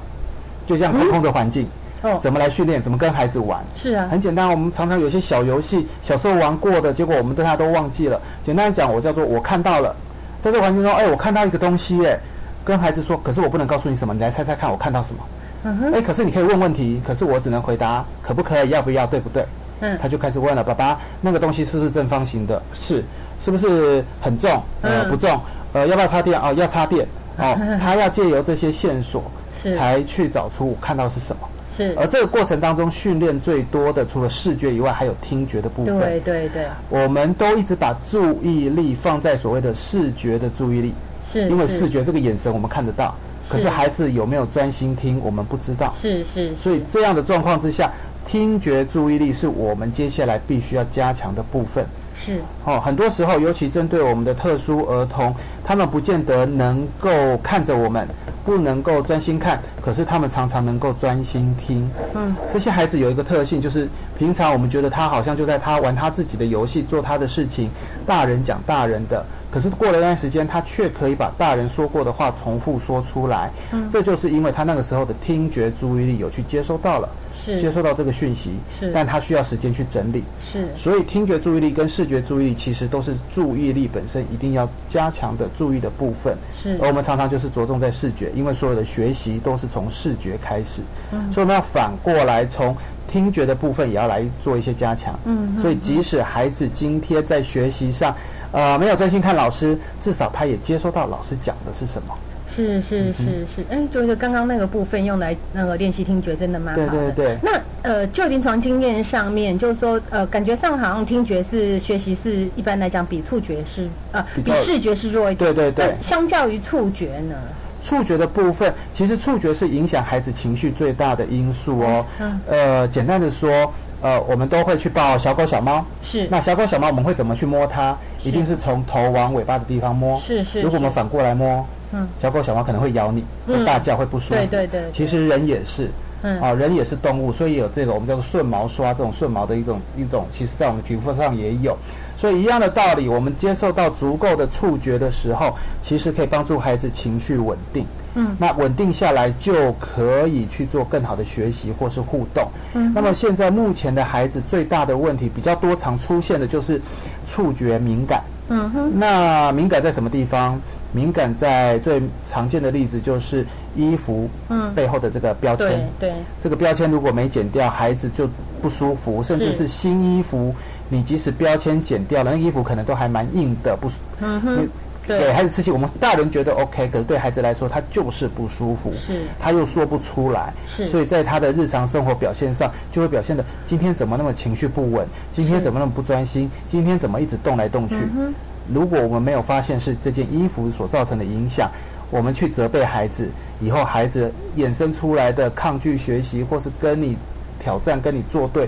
就
嗯
像空空的环境，
哦，
怎么来训练，怎么跟孩子玩。
是啊，
很简单，我们常常有些小游戏，小时候玩过的，结果我们对它都忘记了。简单讲，我叫做我看到了，在这个环境中，哎，我看到一个东西，哎，跟孩子说，可是我不能告诉你什么，你来猜猜看，我看到什么？
嗯哼，
哎，可是你可以问问题，可是我只能回答可不可以，要不要，对不对？
嗯
他就开始问了，爸爸，那个东西是不是正方形的？是，是不是很重？呃，
嗯
不重。呃，要不要插电？哦，要插电。 哦，他要借由这些线索，
是
才去找出我看到是什么。
是，
而这个过程当中，训练最多的除了视觉以外，还有听觉的部
对
分。
对对，
我们都一直把注意力放在所谓的视觉的注意力，
是，
因为
嗯是
视觉这个眼神我们看得到，可
是
是孩子有没有专心听，我们不知道。
是是，
所以这样的状况之下，听觉注意力是我们接下来必须要加强的部分。
是
哦，很多时候，尤其针对我们的特殊儿童，他们不见得能够看着我们，不能够专心看，可是他们常常能够专心听。
嗯，
这些孩子有一个特性，就是平常我们觉得他好像就在他玩他自己的游戏，做他的事情，大人讲大人的，可是过了一段时间，他却可以把大人说过的话重复说出来。嗯，这就是因为他那个时候的听觉注意力有去接收到了，接
是
收到这个讯息
是，
但他需要时间去整理。
是
所以听觉注意力跟视觉注意力其实都是注意力本身一定要加强的注意的部分。
是
而我们常常就是着重在视觉，因为所有的学习都是从视觉开始，
嗯
所以我们要反过来从听觉的部分也要来做一些加强。
嗯
所以即使孩子今天在学习上，呃，没有专心看老师，至少他也接收到老师讲的是什么。
是
嗯
是是是，哎，就是刚刚那个部分用来那个练习听觉，真的蛮好
对
的。
对对
那呃，就临床经验上面，就是说呃，感觉上好像听觉是学习是一般来讲比触觉是啊、
比
比
较
视觉是弱一点。
对对对
那，相较于触觉呢？
触觉的部分，其实触觉是影响孩子情绪最大的因素哦。
嗯
呃，简单的说，呃，我们都会去抱小狗、小猫。
是
那小狗、小猫，我们会怎么去摸它？
是
一定是从头往尾巴的地方摸。
是是
如果我们
是
反过来摸，
嗯，
小狗、小猫可能会咬你，
嗯
会大叫，会不舒服。
对对对对
其实人也是。
嗯
啊，人也是动物，所以有这个我们叫做顺毛刷这种顺毛的一种一种，其实在我们皮肤上也有。所以一样的道理，我们接受到足够的触觉的时候，其实可以帮助孩子情绪稳定。
嗯，
那稳定下来就可以去做更好的学习或是互动。
嗯，
那么现在目前的孩子最大的问题比较多常出现的就是触觉敏感。
嗯哼，
那敏感在什么地方？敏感在最常见的例子就是衣服
嗯
背后的这个标签。
对对
这个标签如果没剪掉，孩子就不舒服，甚至是新衣服，你即使标签剪掉了，那衣服可能都还蛮硬的，不舒。
嗯哼
你，
对
给孩子吃起，我们大人觉得 OK，可是对孩子来说，他就是不舒服，
是
他又说不出来，
是
所以在他的日常生活表现上，就会表现的今天怎么那么情绪不稳，今天怎么那么不专心，今天怎么一直动来动去。
嗯
如果我们没有发现是这件衣服所造成的影响，我们去责备孩子，以后孩子衍生出来的抗拒学习，或是跟你挑战、跟你作对，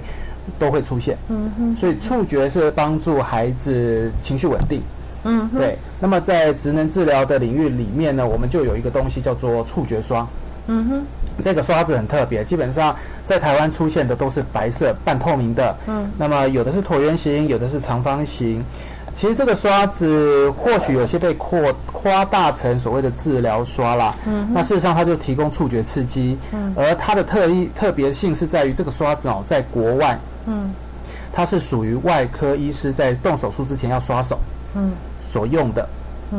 都会出现。
嗯哼，
所以触觉是帮助孩子情绪稳定。
嗯哼，
对，那么在职能治疗的领域里面呢，我们就有一个东西叫做触觉刷。
嗯哼，
这个刷子很特别，基本上在台湾出现的都是白色半透明的，
嗯，
那么有的是椭圆形，有的是长方形。其实这个刷子或许有些被扩夸大成所谓的治疗刷啦，嗯，那事实上它就提供触觉刺激，嗯，而它的特异特别性是在于这个刷子哦，在国外
嗯
它是属于外科医师在动手术之前要刷手
嗯
所用的，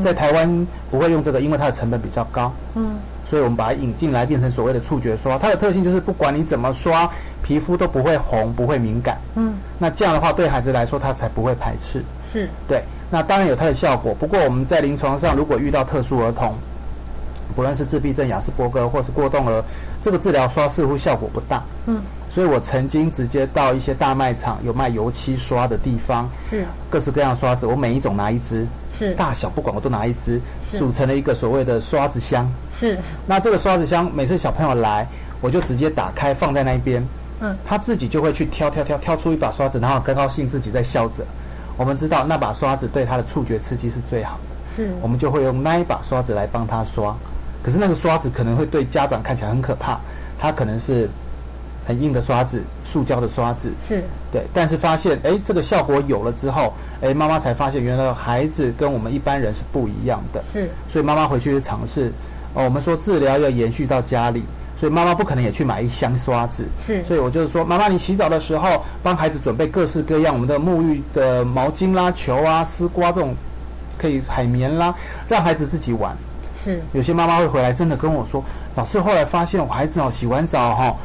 在台湾不会用这个，因为它的成本比较高，
嗯，
所以我们把它引进来变成所谓的触觉刷。它的特性就是不管你怎么刷，皮肤都不会红，不会敏感。
嗯，
那这样的话对孩子来说，他才不会排斥。
是
对，那当然有它的效果。不过我们在临床上，如果遇到特殊儿童，不论是自闭症、雅斯伯格或是过动儿，这个治疗刷似乎效果不大。
嗯，
所以我曾经直接到一些大卖场有卖油漆刷的地方，
是
各式各样的刷子，我每一种拿一支，
是
大小不管我都拿一支，
是
组成了一个所谓的刷子箱。
是，
那这个刷子箱每次小朋友来，我就直接打开放在那一边，
嗯，
他自己就会去挑挑挑挑出一把刷子，然后高高兴自己在笑着。我们知道那把刷子对他的触觉刺激是最好的，
是
我们就会用那一把刷子来帮他刷。可是那个刷子可能会对家长看起来很可怕，它可能是很硬的刷子、塑胶的刷子，
是
对，但是发现诶，这个效果有了之后，诶，妈妈才发现原来孩子跟我们一般人是不一样的，
是
所以妈妈回去尝试。哦，我们说治疗要延续到家里，所以妈妈不可能也去买一箱刷子，
是
所以我就是说，妈妈，你洗澡的时候帮孩子准备各式各样我们的沐浴的毛巾啦、球啊、丝瓜这种，可以海绵啦，让孩子自己玩。
是
有些妈妈会回来真的跟我说，老师后来发现我孩子哦洗完澡哈、哦，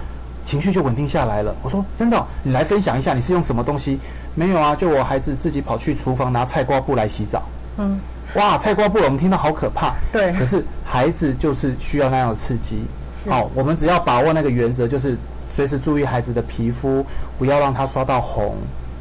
情绪就稳定下来了。我说真的哦、你来分享一下你是用什么东西？没有啊，就我孩子自己跑去厨房拿菜瓜布来洗澡。
嗯
哇，菜瓜布我们听到好可怕，
对
可是孩子就是需要那样的刺激。
是
好、我们只要把握那个原则，就是随时注意孩子的皮肤，不要让他刷到红，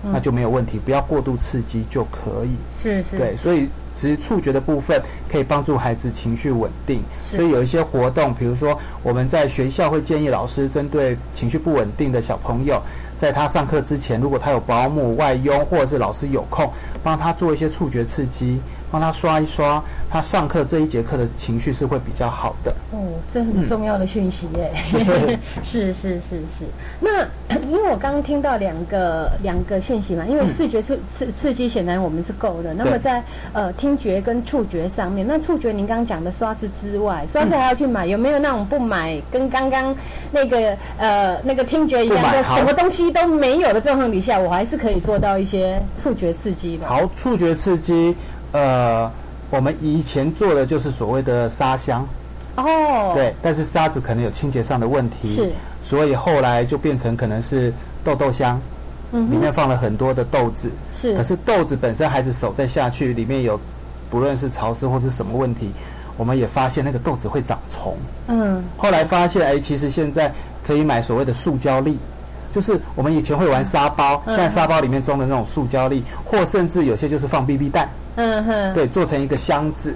嗯
那就没有问题。不要过度刺激就可以。
是是
对，所以其实触觉的部分可以帮助孩子情绪稳定。
是
所以有一些活动，比如说我们在学校会建议老师针对情绪不稳定的小朋友，在他上课之前，如果他有保姆、外佣或者是老师有空，帮他做一些触觉刺激，帮他刷一刷，他上课这一节课的情绪是会比较好的。
哦，这很重要的讯息耶！
嗯
是是是是。那 因为我刚刚听到两个两个讯息嘛，因为视觉刺刺刺激显然我们是够的，那么
嗯对
在呃听觉跟触觉上面，那触觉您刚刚讲的刷子之外，刷
嗯
子还要去买，有没有那种不买跟刚刚那个呃那个听觉一样
不
的
买好
什么东西都没有的状况底下，我还是可以做到一些触觉刺激的？
好，触觉刺激，呃，我们以前做的就是所谓的沙箱，
哦，
对，但是沙子可能有清洁上的问题，
是
所以后来就变成可能是豆豆香，
嗯
里
哼，
面放了很多的豆子，
是
可是豆子本身孩子手再下去，里面有不论是潮湿或是什么问题，我们也发现那个豆子会长虫。
嗯
后来发现，哎，其实现在可以买所谓的塑胶粒，就是我们以前会玩沙包，
嗯
现在沙包里面装的那种塑胶粒，或甚至有些就是放 BB 弹，
嗯哼，
对，做成一个箱子，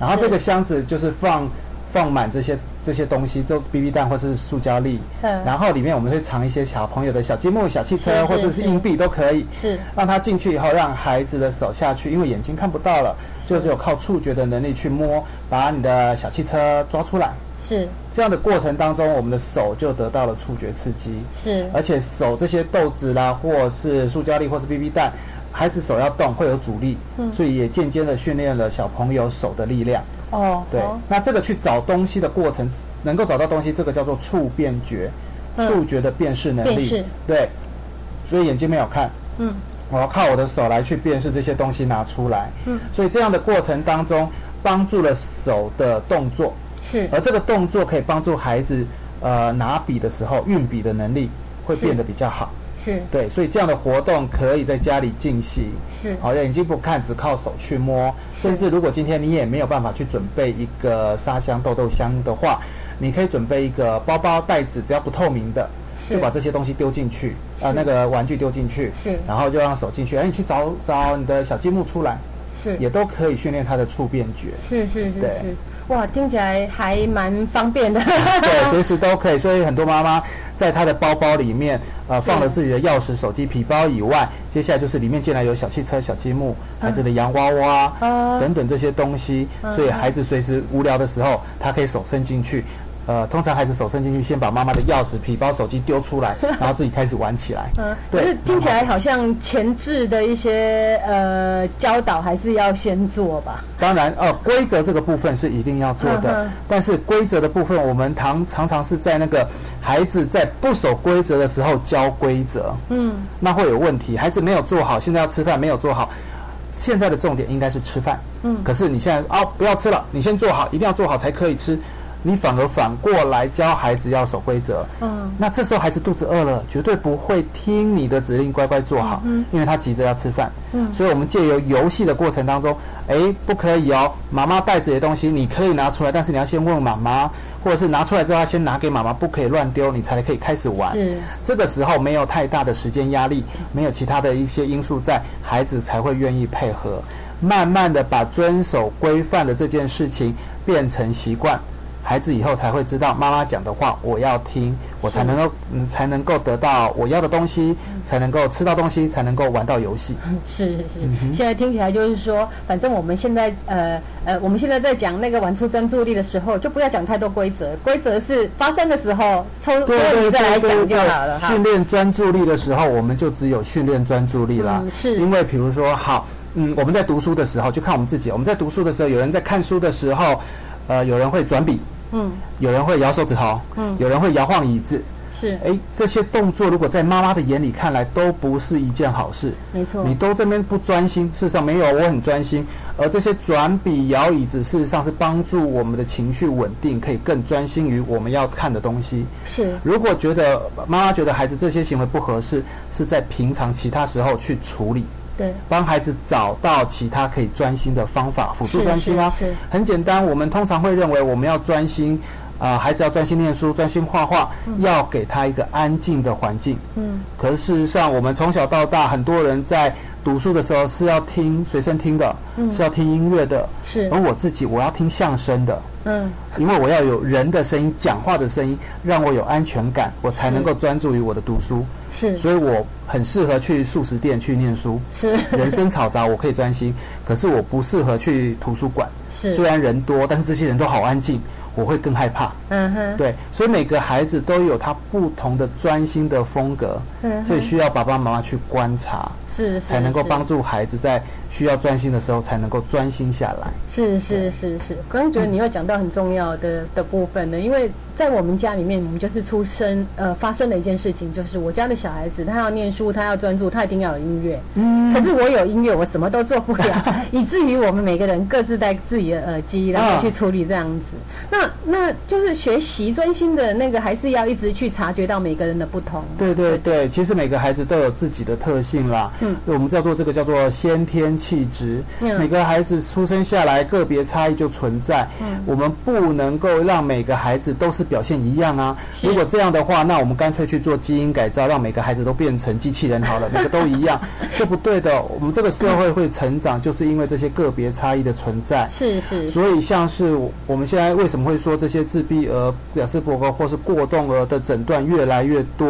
然后这个箱子就是放放满这些这些东西，就 BB 弹或是塑胶粒，
嗯
然后里面我们会藏一些小朋友的小积木、小汽
是是
车或者
是
是硬币都可以，
是
让他进去以后让孩子的手下去，因为眼睛看不到了，就只有靠触觉的能力去摸，把你的小汽车抓出来。
是
这样的过程当中，我们的手就得到了触觉刺激，
是
而且手这些豆子啦，或是塑胶粒，或是 BB 弹，孩子手要动会有阻力，
嗯
所以也间接的训练了小朋友手的力量。
哦，
对，
好
那这个去找东西的过程，能够找到东西，这个叫做触辨觉，
嗯
触觉的辨识能
辨
力
识。
对，所以眼睛没有看，
嗯。
我要靠我的手来去辨识这些东西拿出来。
嗯，
所以这样的过程当中，帮助了手的动作，
是
而这个动作可以帮助孩子，呃，拿笔的时候运笔的能力会变得比较好。
是
对，所以这样的活动可以在家里进行。
是
好，眼睛不看，只靠手去摸。甚至如果今天你也没有办法去准备一个沙箱、豆豆箱的话，你可以准备一个包包、袋子，只要不透明的，
是
就把这些东西丢进去，呃，那个玩具丢进去
是，
然后就让手进去。哎，你去找找你的小积木出来，
是
也都可以训练他的触辨觉。
是是是
对
是，哇，听起来还蛮方便的。
对，随时都可以。所以很多妈妈在她的包包里面，呃，放了自己的钥匙、手机、皮包以外，
嗯
接下来就是里面竟然有小汽车、小积木、孩子的洋娃娃、
哦
等等这些东西。所以孩子随时无聊的时候，他可以手伸进去。呃，通常孩子手伸进去，先把妈妈的钥匙、皮包、手机丢出 来，然后自己开始玩起来。
嗯，可
对
是听起来好像前置的一些呃教导还是要先做吧。
当然，呃，规则这个部分是一定要做的，
嗯哼
但是规则的部分，我们常常常是在那个孩子在不守规则的时候教规则。
嗯，
那会有问题。孩子没有做好，现在要吃饭没有做好，现在的重点应该是吃饭。
嗯
可是你现在啊，不要吃了，你先做好，一定要做好才可以吃。你反而反过来教孩子要守规则。
嗯，
那这时候孩子肚子饿了，绝对不会听你的指令，乖乖坐好，
嗯
因为他急着要吃饭。
嗯
所以我们借由游戏的过程当中，哎，不可以哦，妈妈带着的东西你可以拿出来，但是你要先问妈妈，或者是拿出来之后，他先拿给妈妈，不可以乱丢，你才可以开始玩。
是
这个时候没有太大的时间压力，没有其他的一些因素在，孩子才会愿意配合。慢慢的把遵守规范的这件事情变成习惯，孩子以后才会知道妈妈讲的话我要听，我才能够、嗯、才能够得到我要的东西，才能够吃到东西，才能够玩到游戏。
是是
嗯
是，现在听起来就是说，反正我们现在呃呃，我们现在在讲那个玩出专注力的时候，就不要讲太多规则，规则是发生的时候抽抽你再来讲就好了哈
训。练专注力的时候，我们就只有训练专注力啦。
嗯是
因为比如说，好，嗯，我们在读书的时候，就看我们自己。我们在读书的时候，有人在看书的时候，呃，有人会转笔，
嗯，
有人会摇手指头，
嗯
有人会摇晃椅子。
是
诶，这些动作如果在妈妈的眼里看来，都不是一件好事。
没错
你，都这边不专心，事实上没有，我很专心。而这些转笔、摇椅子，事实上是帮助我们的情绪稳定，可以更专心于我们要看的东西。
是
如果觉得妈妈觉得孩子这些行为不合适，是在平常其他时候去处理，
对，
帮孩子找到其他可以专心的方法，辅助
是
专心啊
是是。
很简单，我们通常会认为我们要专心，啊、孩子要专心念书、专心画画，要给他一个安静的环境。
嗯，
可是事实上，我们从小到大，很多人在读书的时候是要听随身听的，
嗯
是要听音乐的，
是
而，我自己我要听相声的。
嗯，
因为我要有人的声音、讲话的声音，让我有安全感，我才能够专注于我的读书。
是
所以我很适合去素食店去念 书，
是
人声嘈杂我可以专心，可是我不适合去图书馆。
是
虽，然人多，但是这些人都好安静，我会更害怕。
嗯哼，
对，所以每个孩子都有他不同的专心的风格，
嗯
所以
哼，
需要爸爸妈妈去观察，
是
才能够
是
帮助孩子在需要专心的时候才能够专心下来。
是是是是，刚刚觉得你又讲到很重要
嗯
的的部分呢，因为在我们家里面，我们就是出生呃发生了一件事情，就是我家的小孩子他要念书，他要专注，他一定要有音乐。嗯，可是我有音乐，我什么都做不了， 以至于我们每个人各自带自己的耳机，
哦
然后去处理这样子。那那就是学习专心的那个，还是要一直去察觉到每个人的不同。
对对对，其实每个孩子都有自己的特性啦。
嗯，
我们叫做这个叫做先天气质。
嗯
每个孩子出生下来个别差异就存在。
嗯，
我们不能够让每个孩子都是表现一样啊。
是
如果这样的话，那我们干脆去做基因改造，让每个孩子都变成机器人好了，每个都一 样，这不对的。我们这个社会会成长，就是因为这些个别差异的存在。
是是
所以，像是我们现在为什么会说这些自闭儿、雅斯伯格或是过动儿的诊断越来越多，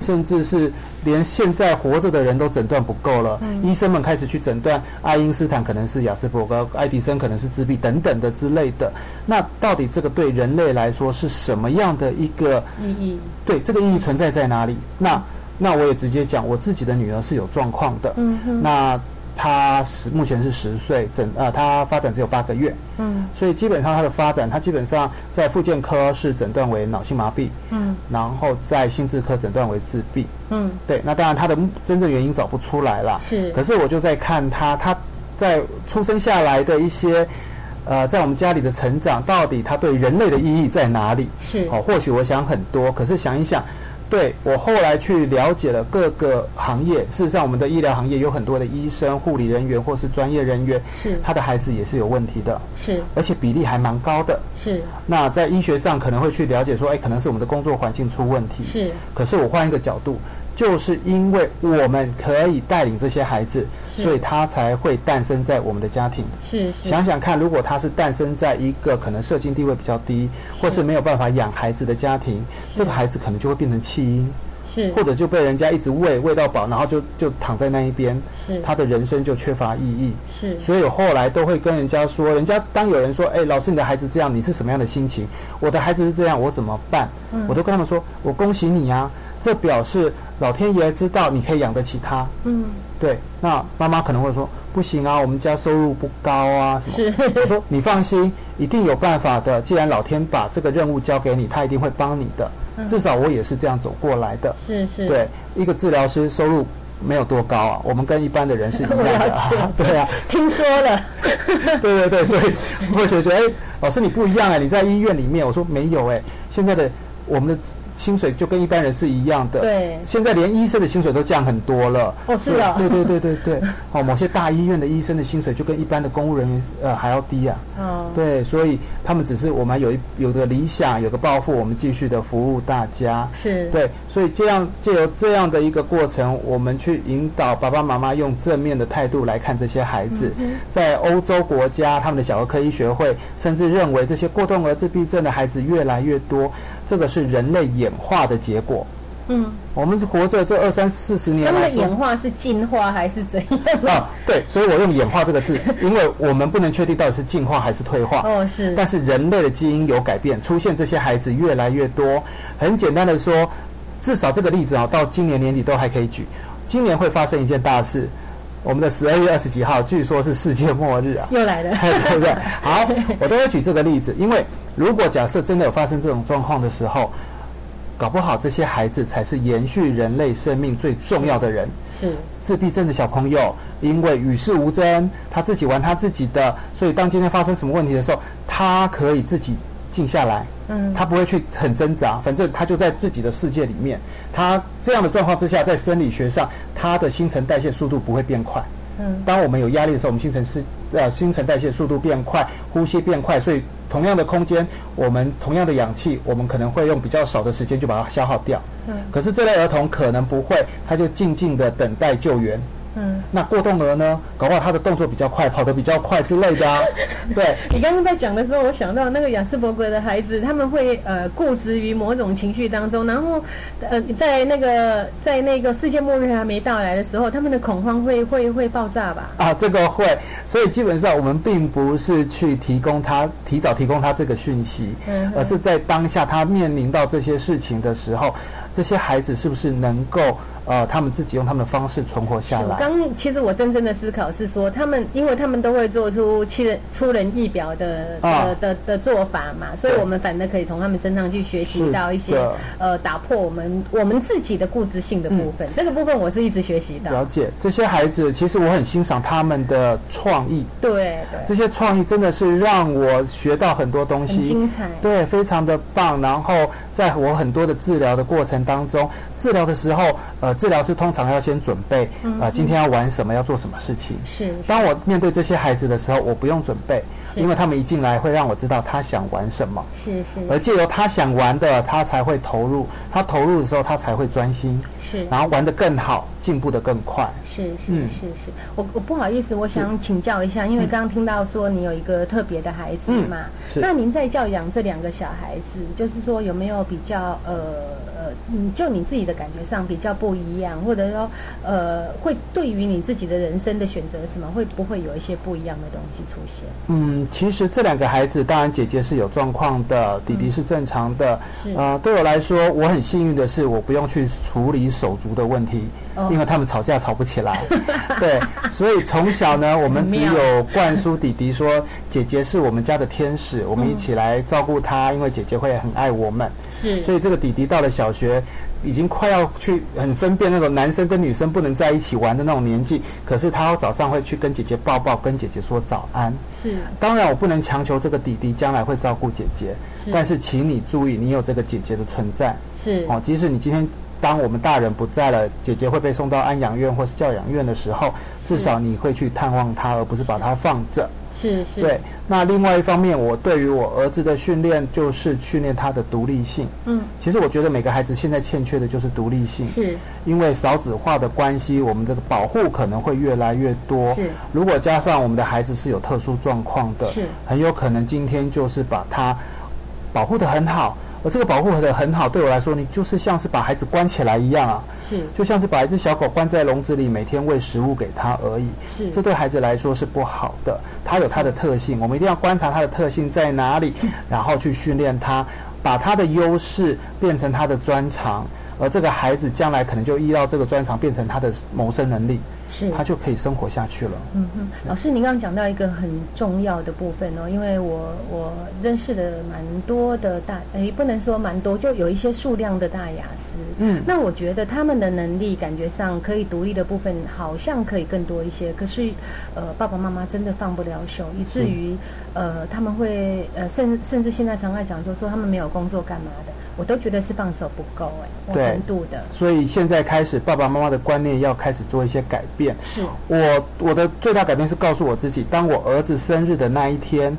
甚至是连现在活着的人都诊断不够了，医生们开始去诊断爱因斯坦可能是雅斯伯格，爱迪生可能是自闭等等的之类的。那到底这个对人类来说是什么样的一个
意义。
对这个意义存在在哪里？那那我也直接讲，我自己的女儿是有状况的，
嗯哼，
那她十目前是十岁，诊呃她发展只有八个月。
嗯
所以基本上它的发展，它基本上在复健科是诊断为脑性麻痹，
嗯
然后在心智科诊断为自闭。
嗯，
对，那当然它的真正原因找不出来啦。
是
可是我就在看他，他在出生下来的一些，呃，在我们家里的成长，到底他对人类的意义在哪里？
是
哦，或许我想很多，可是想一想，对我后来去了解了各个行业，事实上我们的医疗行业有很多的医生、护理人员或是专业人员，
是
他的孩子也是有问题的。
是
而且比例还蛮高的。
是
那在医学上可能会去了解说，哎，可能是我们的工作环境出问题。
是
可是我换一个角度，就是因为我们可以带领这些孩子，
是
所以他才会诞生在我们的家庭。
是是，
想想看，如果他是诞生在一个可能社经地位比较低，或是没有办法养孩子的家庭，
是
这个孩子可能就会变成弃婴，
是
或者就被人家一直喂喂到饱，然后就就躺在那一边，
是
他的人生就缺乏意义。
是
所以我后来都会跟人家说，人家当有人说，哎，老师你的孩子这样，你是什么样的心情？我的孩子是这样，我怎么办？
嗯
我都跟他们说，我恭喜你啊，这表示老天爷知道你可以养得起他。
嗯
对，那妈妈可能会说，不行啊，我们家收入不高啊，什 么？
是
我说你放心，一定有办法的。既然老天把这个任务交给你，他一定会帮你的。
嗯
至少我也是这样走过来的。
是是，
对，一个治疗师收入没有多高啊，我们跟一般的人是一样的、
我 了
啊。 对啊，
听说了，
对对对，所以啊或许觉得，哎，老师你不一样哎，你在医院里面，我说没有哎，现在的我们的薪水就跟一般人是一样的。
对
现在连医生的薪水都降很多了。
哦是啊
对对对对对，哦，某些大医院的医生的薪水就跟一般的公务人员呃还要低啊。
哦，
对，所以他们只是我们有一有个理想，有个抱负，我们继续的服务大家。
是，
对，所以这样借由这样的一个过程，我们去引导爸爸妈妈用正面的态度来看这些孩子。
嗯
在欧洲国家，他们的小儿科医学会甚至认为这些过动儿自闭症的孩子越来越多，这个是人类演化的结果。
嗯，
我们活着这二三四十
他
年
们
来
的
说，
演化是进化还是怎样？
啊，对，所以我用“演化”这个字，因为我们不能确定到底是进化还是退化。
哦，是，，
但是人类的基因有改变，出现这些孩子越来越多。很简单的说，至少这个例子啊，到今年年底都还可以举。今年会发生一件大事，我们的十二月二十几号，据说是世界末日啊
又来了，
对不对？好，我都会举这个例子，因为如果假设真的有发生这种状况的时候，搞不好这些孩子才是延续人类生命最重要的人。
是，
自闭症的小朋友，因为与世无争，他自己玩他自己的，所以当今天发生什么问题的时候，他可以自己静下来，
嗯，
他不会去很挣扎，反正他就在自己的世界里面。他这样的状况之下，在生理学上，他的新陈代谢速度不会变快。
嗯，
当我们有压力的时候，我们新陈是呃新陈代谢速度变快，呼吸变快，所以同样的空间，我们同样的氧气，我们可能会用比较少的时间就把它消耗掉。
嗯，
可是这类儿童可能不会，他就静静的等待救援。
嗯，
那过动儿呢？搞不好他的动作比较快，跑得比较快之类的 啊。对，
你刚刚在讲的时候，我想到那个雅斯伯格的孩子，他们会呃固执于某种情绪当中，然后呃在那个在那个世界末日还没到来的时候，他们的恐慌会会会爆炸吧？
啊，这个会，所以基本上我们并不是去提供他提早提供他这个讯息，
嗯哼
而是在当下他面临到这些事情的时候，这些孩子是不是能够呃他们自己用他们的方式存活下
我
来？
刚其实我真正的思考是说，他们因为他们都会做出出人出人意表的的、
啊
的的做法嘛，所以
对
我们反正可以从他们身上去学习
是
到一些
的
呃打破我们我们自己的固执性的部分。这个部分我是一直学习到
嗯了，解这些孩子，其实我很欣赏他们的创意，
对对，
这些创意真的是让我学到很多东西，
很精彩。
对，非常的棒。然后在我很多的治疗的过程当中，治疗的时候，呃，治疗师通常要先准备，
嗯
呃，今天要玩什么，要做什么事情。
是是
当我面对这些孩子的时候，我不用准备，
是
因为他们一进来会让我知道他想玩什么，
是是
而借由他想玩的，他才会投入。他投入的时候，他才会专心，
是
然后玩得更好，进步得更快。
是是
嗯
是是，我我不好意思，我想请教一下，因为刚刚听到说你有一个特别的孩子
嗯
嘛，
是
那您在教养这两个小孩子，就是说有没有比较呃呃，你就你自己的感觉上比较不一样，或者说呃，会对于你自己的人生的选择什么，会不会有一些不一样的东西出现？
嗯，其实这两个孩子，当然姐姐是有状况的，弟弟是正常的。
嗯是
呃，对我来说，我很幸运的是，我不用去处理手足的问题，
哦
因为他们吵架吵不起 来。对，所以从小呢，我们只
很妙
有灌输弟弟说，姐姐是我们家的天使，我们一起来照顾她，因为姐姐会很爱我们。
是
所以这个弟弟到了小学，已经快要去很分辨那种男生跟女生不能在一起玩的那种年纪，可是他早上会去跟姐姐抱抱，跟姐姐说早安。
是
当然，我不能强求这个弟弟将来会照顾姐姐，
是
但是请你注意，你有这个姐姐的存在
是
哦。即使你今天当我们大人不在了，姐姐会被送到安养院或是教养院的时候，至少你会去探望她，而不是把她放着。
是是，
对，那另外一方面，我对于我儿子的训练就是训练他的独立性。
嗯
其实我觉得每个孩子现在欠缺的就是独立性。
是
因为少子化的关系，我们的保护可能会越来越多。
是，
如果加上我们的孩子是有特殊状况的，
是，
很有可能今天就是把他保护得很好。而这个保护得很好，对我来说，你就是像是把孩子关起来一样啊，
是
就像是把一只小狗关在笼子里，每天喂食物给它而已。
是
这对孩子来说是不好的。他有他的特性，我们一定要观察他的特性在哪里，然后去训练他，把他的优势变成他的专长。而这个孩子将来可能就依照这个专长变成他的谋生能力。
是
他就可以生活下去了。
嗯哼，老师，您刚刚讲到一个很重要的部分哦，因为我我认识的蛮多的大，诶，不能说蛮多，就有一些数量的大雅思。
嗯
那我觉得他们的能力感觉上可以独立的部分好像可以更多一些，可是，呃，爸爸妈妈真的放不了手，以至于，呃，他们会呃，甚甚至现在常爱讲就说他们没有工作干嘛的，我都觉得是放手不够哎，某
对
程度的
所以现在开始，爸爸妈妈的观念要开始做一些改变。
是
我我的最大改变是告诉我自己，当我儿子生日的那一天，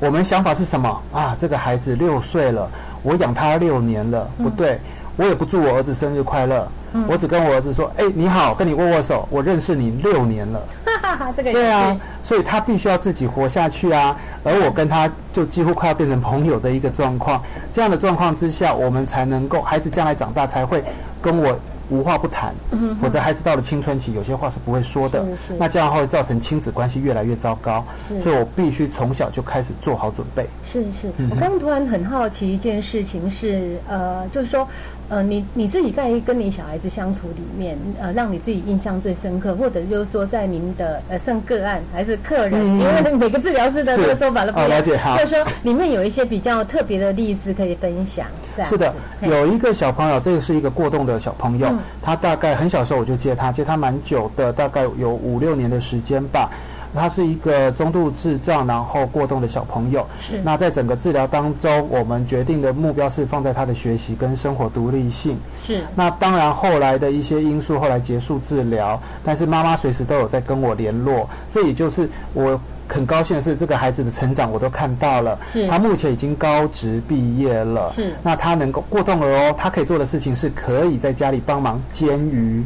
我们想法是什么啊？这个孩子六岁了，我养他六年了，不对，我也不祝我儿子生日快乐，我只跟我儿子说，哎、你好，跟你握握手，我认识你六年了。
哈哈， 这个也
对啊
是，
所以他必须要自己活下去啊。而我跟他就几乎快要变成朋友的一个状况。这样的状况之下，我们才能够孩子将来长大才会跟我无话不谈，否则孩子到了青春期，有些话是不会说的
嗯是是。
那这样会造成亲子关系越来越糟糕
是。
所以我必须从小就开始做好准备。
是是，
嗯
我刚刚突然很好奇一件事情是，呃，就是说，呃，你你自己在跟你小孩子相处里面，呃，让你自己印象最深刻，或者就是说，在您的呃算个案还是客人，
嗯
因为每个治疗师的这个
是
说法都不
哦
一样，
了解好
就是说里面有一些比较特别的例子可以分享，这样
是的，
子嘿
有一个小朋友，这个是一个过动的小朋友，
嗯
他大概很小时候我就接他，接他蛮久的，大概有五六年的时间吧。他是一个中度智障，然后过动的小朋友。
是
那在整个治疗当中，我们决定的目标是放在他的学习跟生活独立性。
是
那当然，后来的一些因素，后来结束治疗，但是妈妈随时都有在跟我联络。这也就是我很高兴的是，这个孩子的成长我都看到了。
是
他目前已经高职毕业了。
是
那他能够过动了哦，他可以做的事情是可以在家里帮忙煎鱼。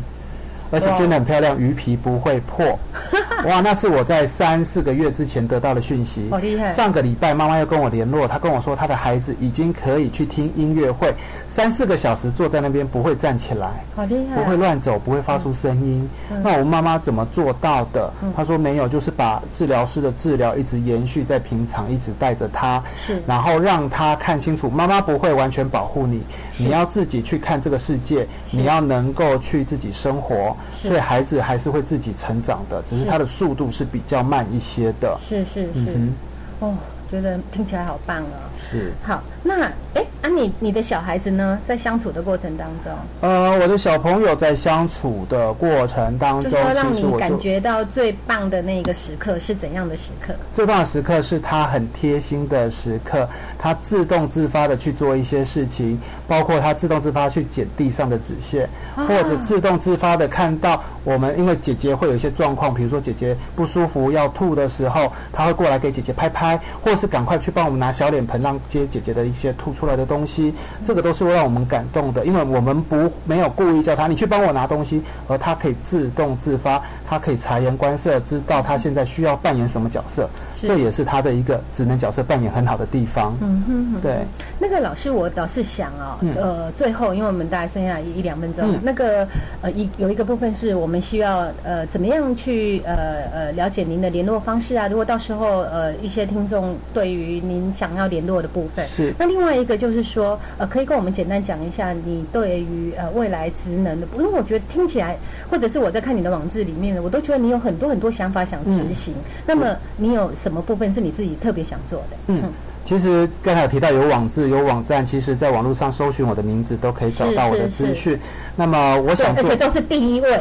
而且煎的很漂亮，鱼皮不会破。 哇，那是我在三四个月之前得到的讯息。
好哦厉害
上个礼拜妈妈又跟我联络，她跟我说她的孩子已经可以去听音乐会，三四个小时坐在那边不会站起来，
好厉害
不
啊，
会乱走，不会发出声音。
嗯
那我们妈妈怎么做到的？她说没有，就是把治疗师的治疗一直延续在平常，一直带着她，
是
然后让她看清楚，妈妈不会完全保护你，
是
你要自己去看这个世界，你要能够去自己生活，
是
所以孩子还是会自己成长的，只是
是
他的速度是比较慢一些的。
是是是，
嗯
哦，觉得听起来好棒哦。
是。
好，那哎啊你，你的小孩子呢，在相处的过程当中，
呃，我的小朋友在相处的过程当
就
中，
是要让
其实
你
我就
感觉到最棒的那个时刻是怎样的时刻？
最棒的时刻是他很贴心的时刻，他自动自发的去做一些事情，包括他自动自发去捡地上的纸屑，
啊
或者自动自发的看到我们，因为姐姐会有一些状况，比如说姐姐不舒服要吐的时候，他会过来给姐姐拍拍，或是赶快去帮我们拿小脸盆让接姐姐的一些吐出来的东西，
嗯
这个都是会让我们感动的，因为我们不没有故意叫他你去帮我拿东西，而他可以自动自发，他可以察言观色，知道他现在需要扮演什么角色。
是
这也是他的一个职能角色扮演很好的地方。
嗯哼哼。
对，
那个老师，我倒是想哦，
嗯
呃，最后因为我们大概剩下一一两分钟，
嗯
那个呃一有一个部分是我们需要呃怎么样去呃呃了解您的联络方式啊？如果到时候呃一些听众对于您想要联络的部分，
是
那另外一个就是说，呃，可以跟我们简单讲一下你对于呃未来职能的，因为我觉得听起来，或者是我在看你的网志里面呢，我都觉得你有很多很多想法想执行。那么你有什么部分是你自己特别想做的？
嗯，其实刚才有提到有网志、有网站，其实在网络上搜寻我的名字都可以找到我的资
是是
讯。那么我
对，
想
而
做
且都是第一位，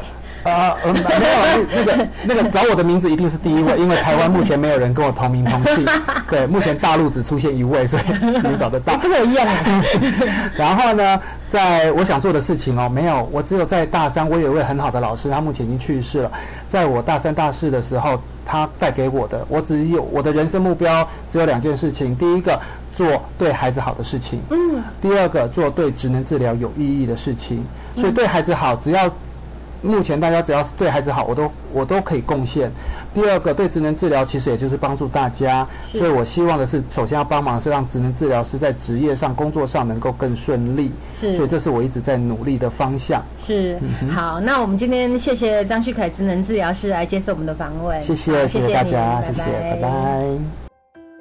啊、呃，没有那个那个找我的名字一定是第一位，因为台湾目前没有人跟我同名同姓。对，目前大陆只出现一位，所以你们找得到。
跟我一样啊。
然后呢，在我想做的事情哦，没有，我只有在大三，我有一位很好的老师，他目前已经去世了。在我大三、大四的时候，他带给我的，我只有我的人生目标只有两件事情：第一个，做对孩子好的事情；
嗯，
第二个，做对职能治疗有意义的事情。所以对孩子好，只要目前大家只要是对孩子好，我都我都可以贡献。第二个，对职能治疗其实也就是帮助大家，
是
所以我希望的是，首先要帮忙是让职能治疗师在职业上、工作上能够更顺利，
是
所以这嗯是我一直在努力的方向。
是。好，那我们今天谢谢张旭凯职能治疗师来接受我们的访问，
谢
哎
谢，
好谢
谢大家，
您
谢谢，拜拜。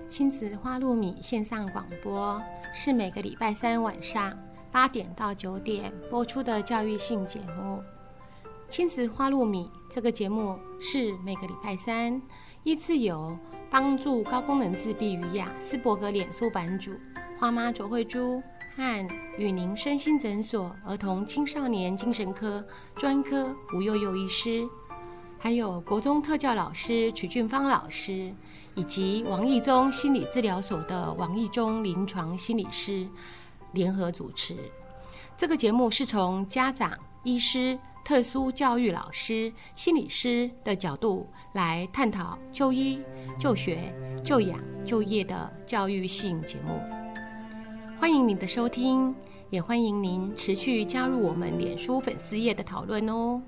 亲子花露米线上广播是每个礼拜三晚上八点到九点播出的教育性节目。亲子花露米这个节目是每个礼拜三，依次由帮助高功能自闭与雅斯伯格脸书版主花妈卓慧珠和雨宁身心诊所儿童青少年精神科专科吴幼幼医师，还有国中特教老师曲俊芳老师，以及王义中心理治疗所的王义中临床心理师联合主持。这个节目是从家长、医师、特殊教育老师、心理师的角度来探讨就医、就学、就养、就业的教育性节目。欢迎您的收听，也欢迎您持续加入我们脸书粉丝页的讨论哦。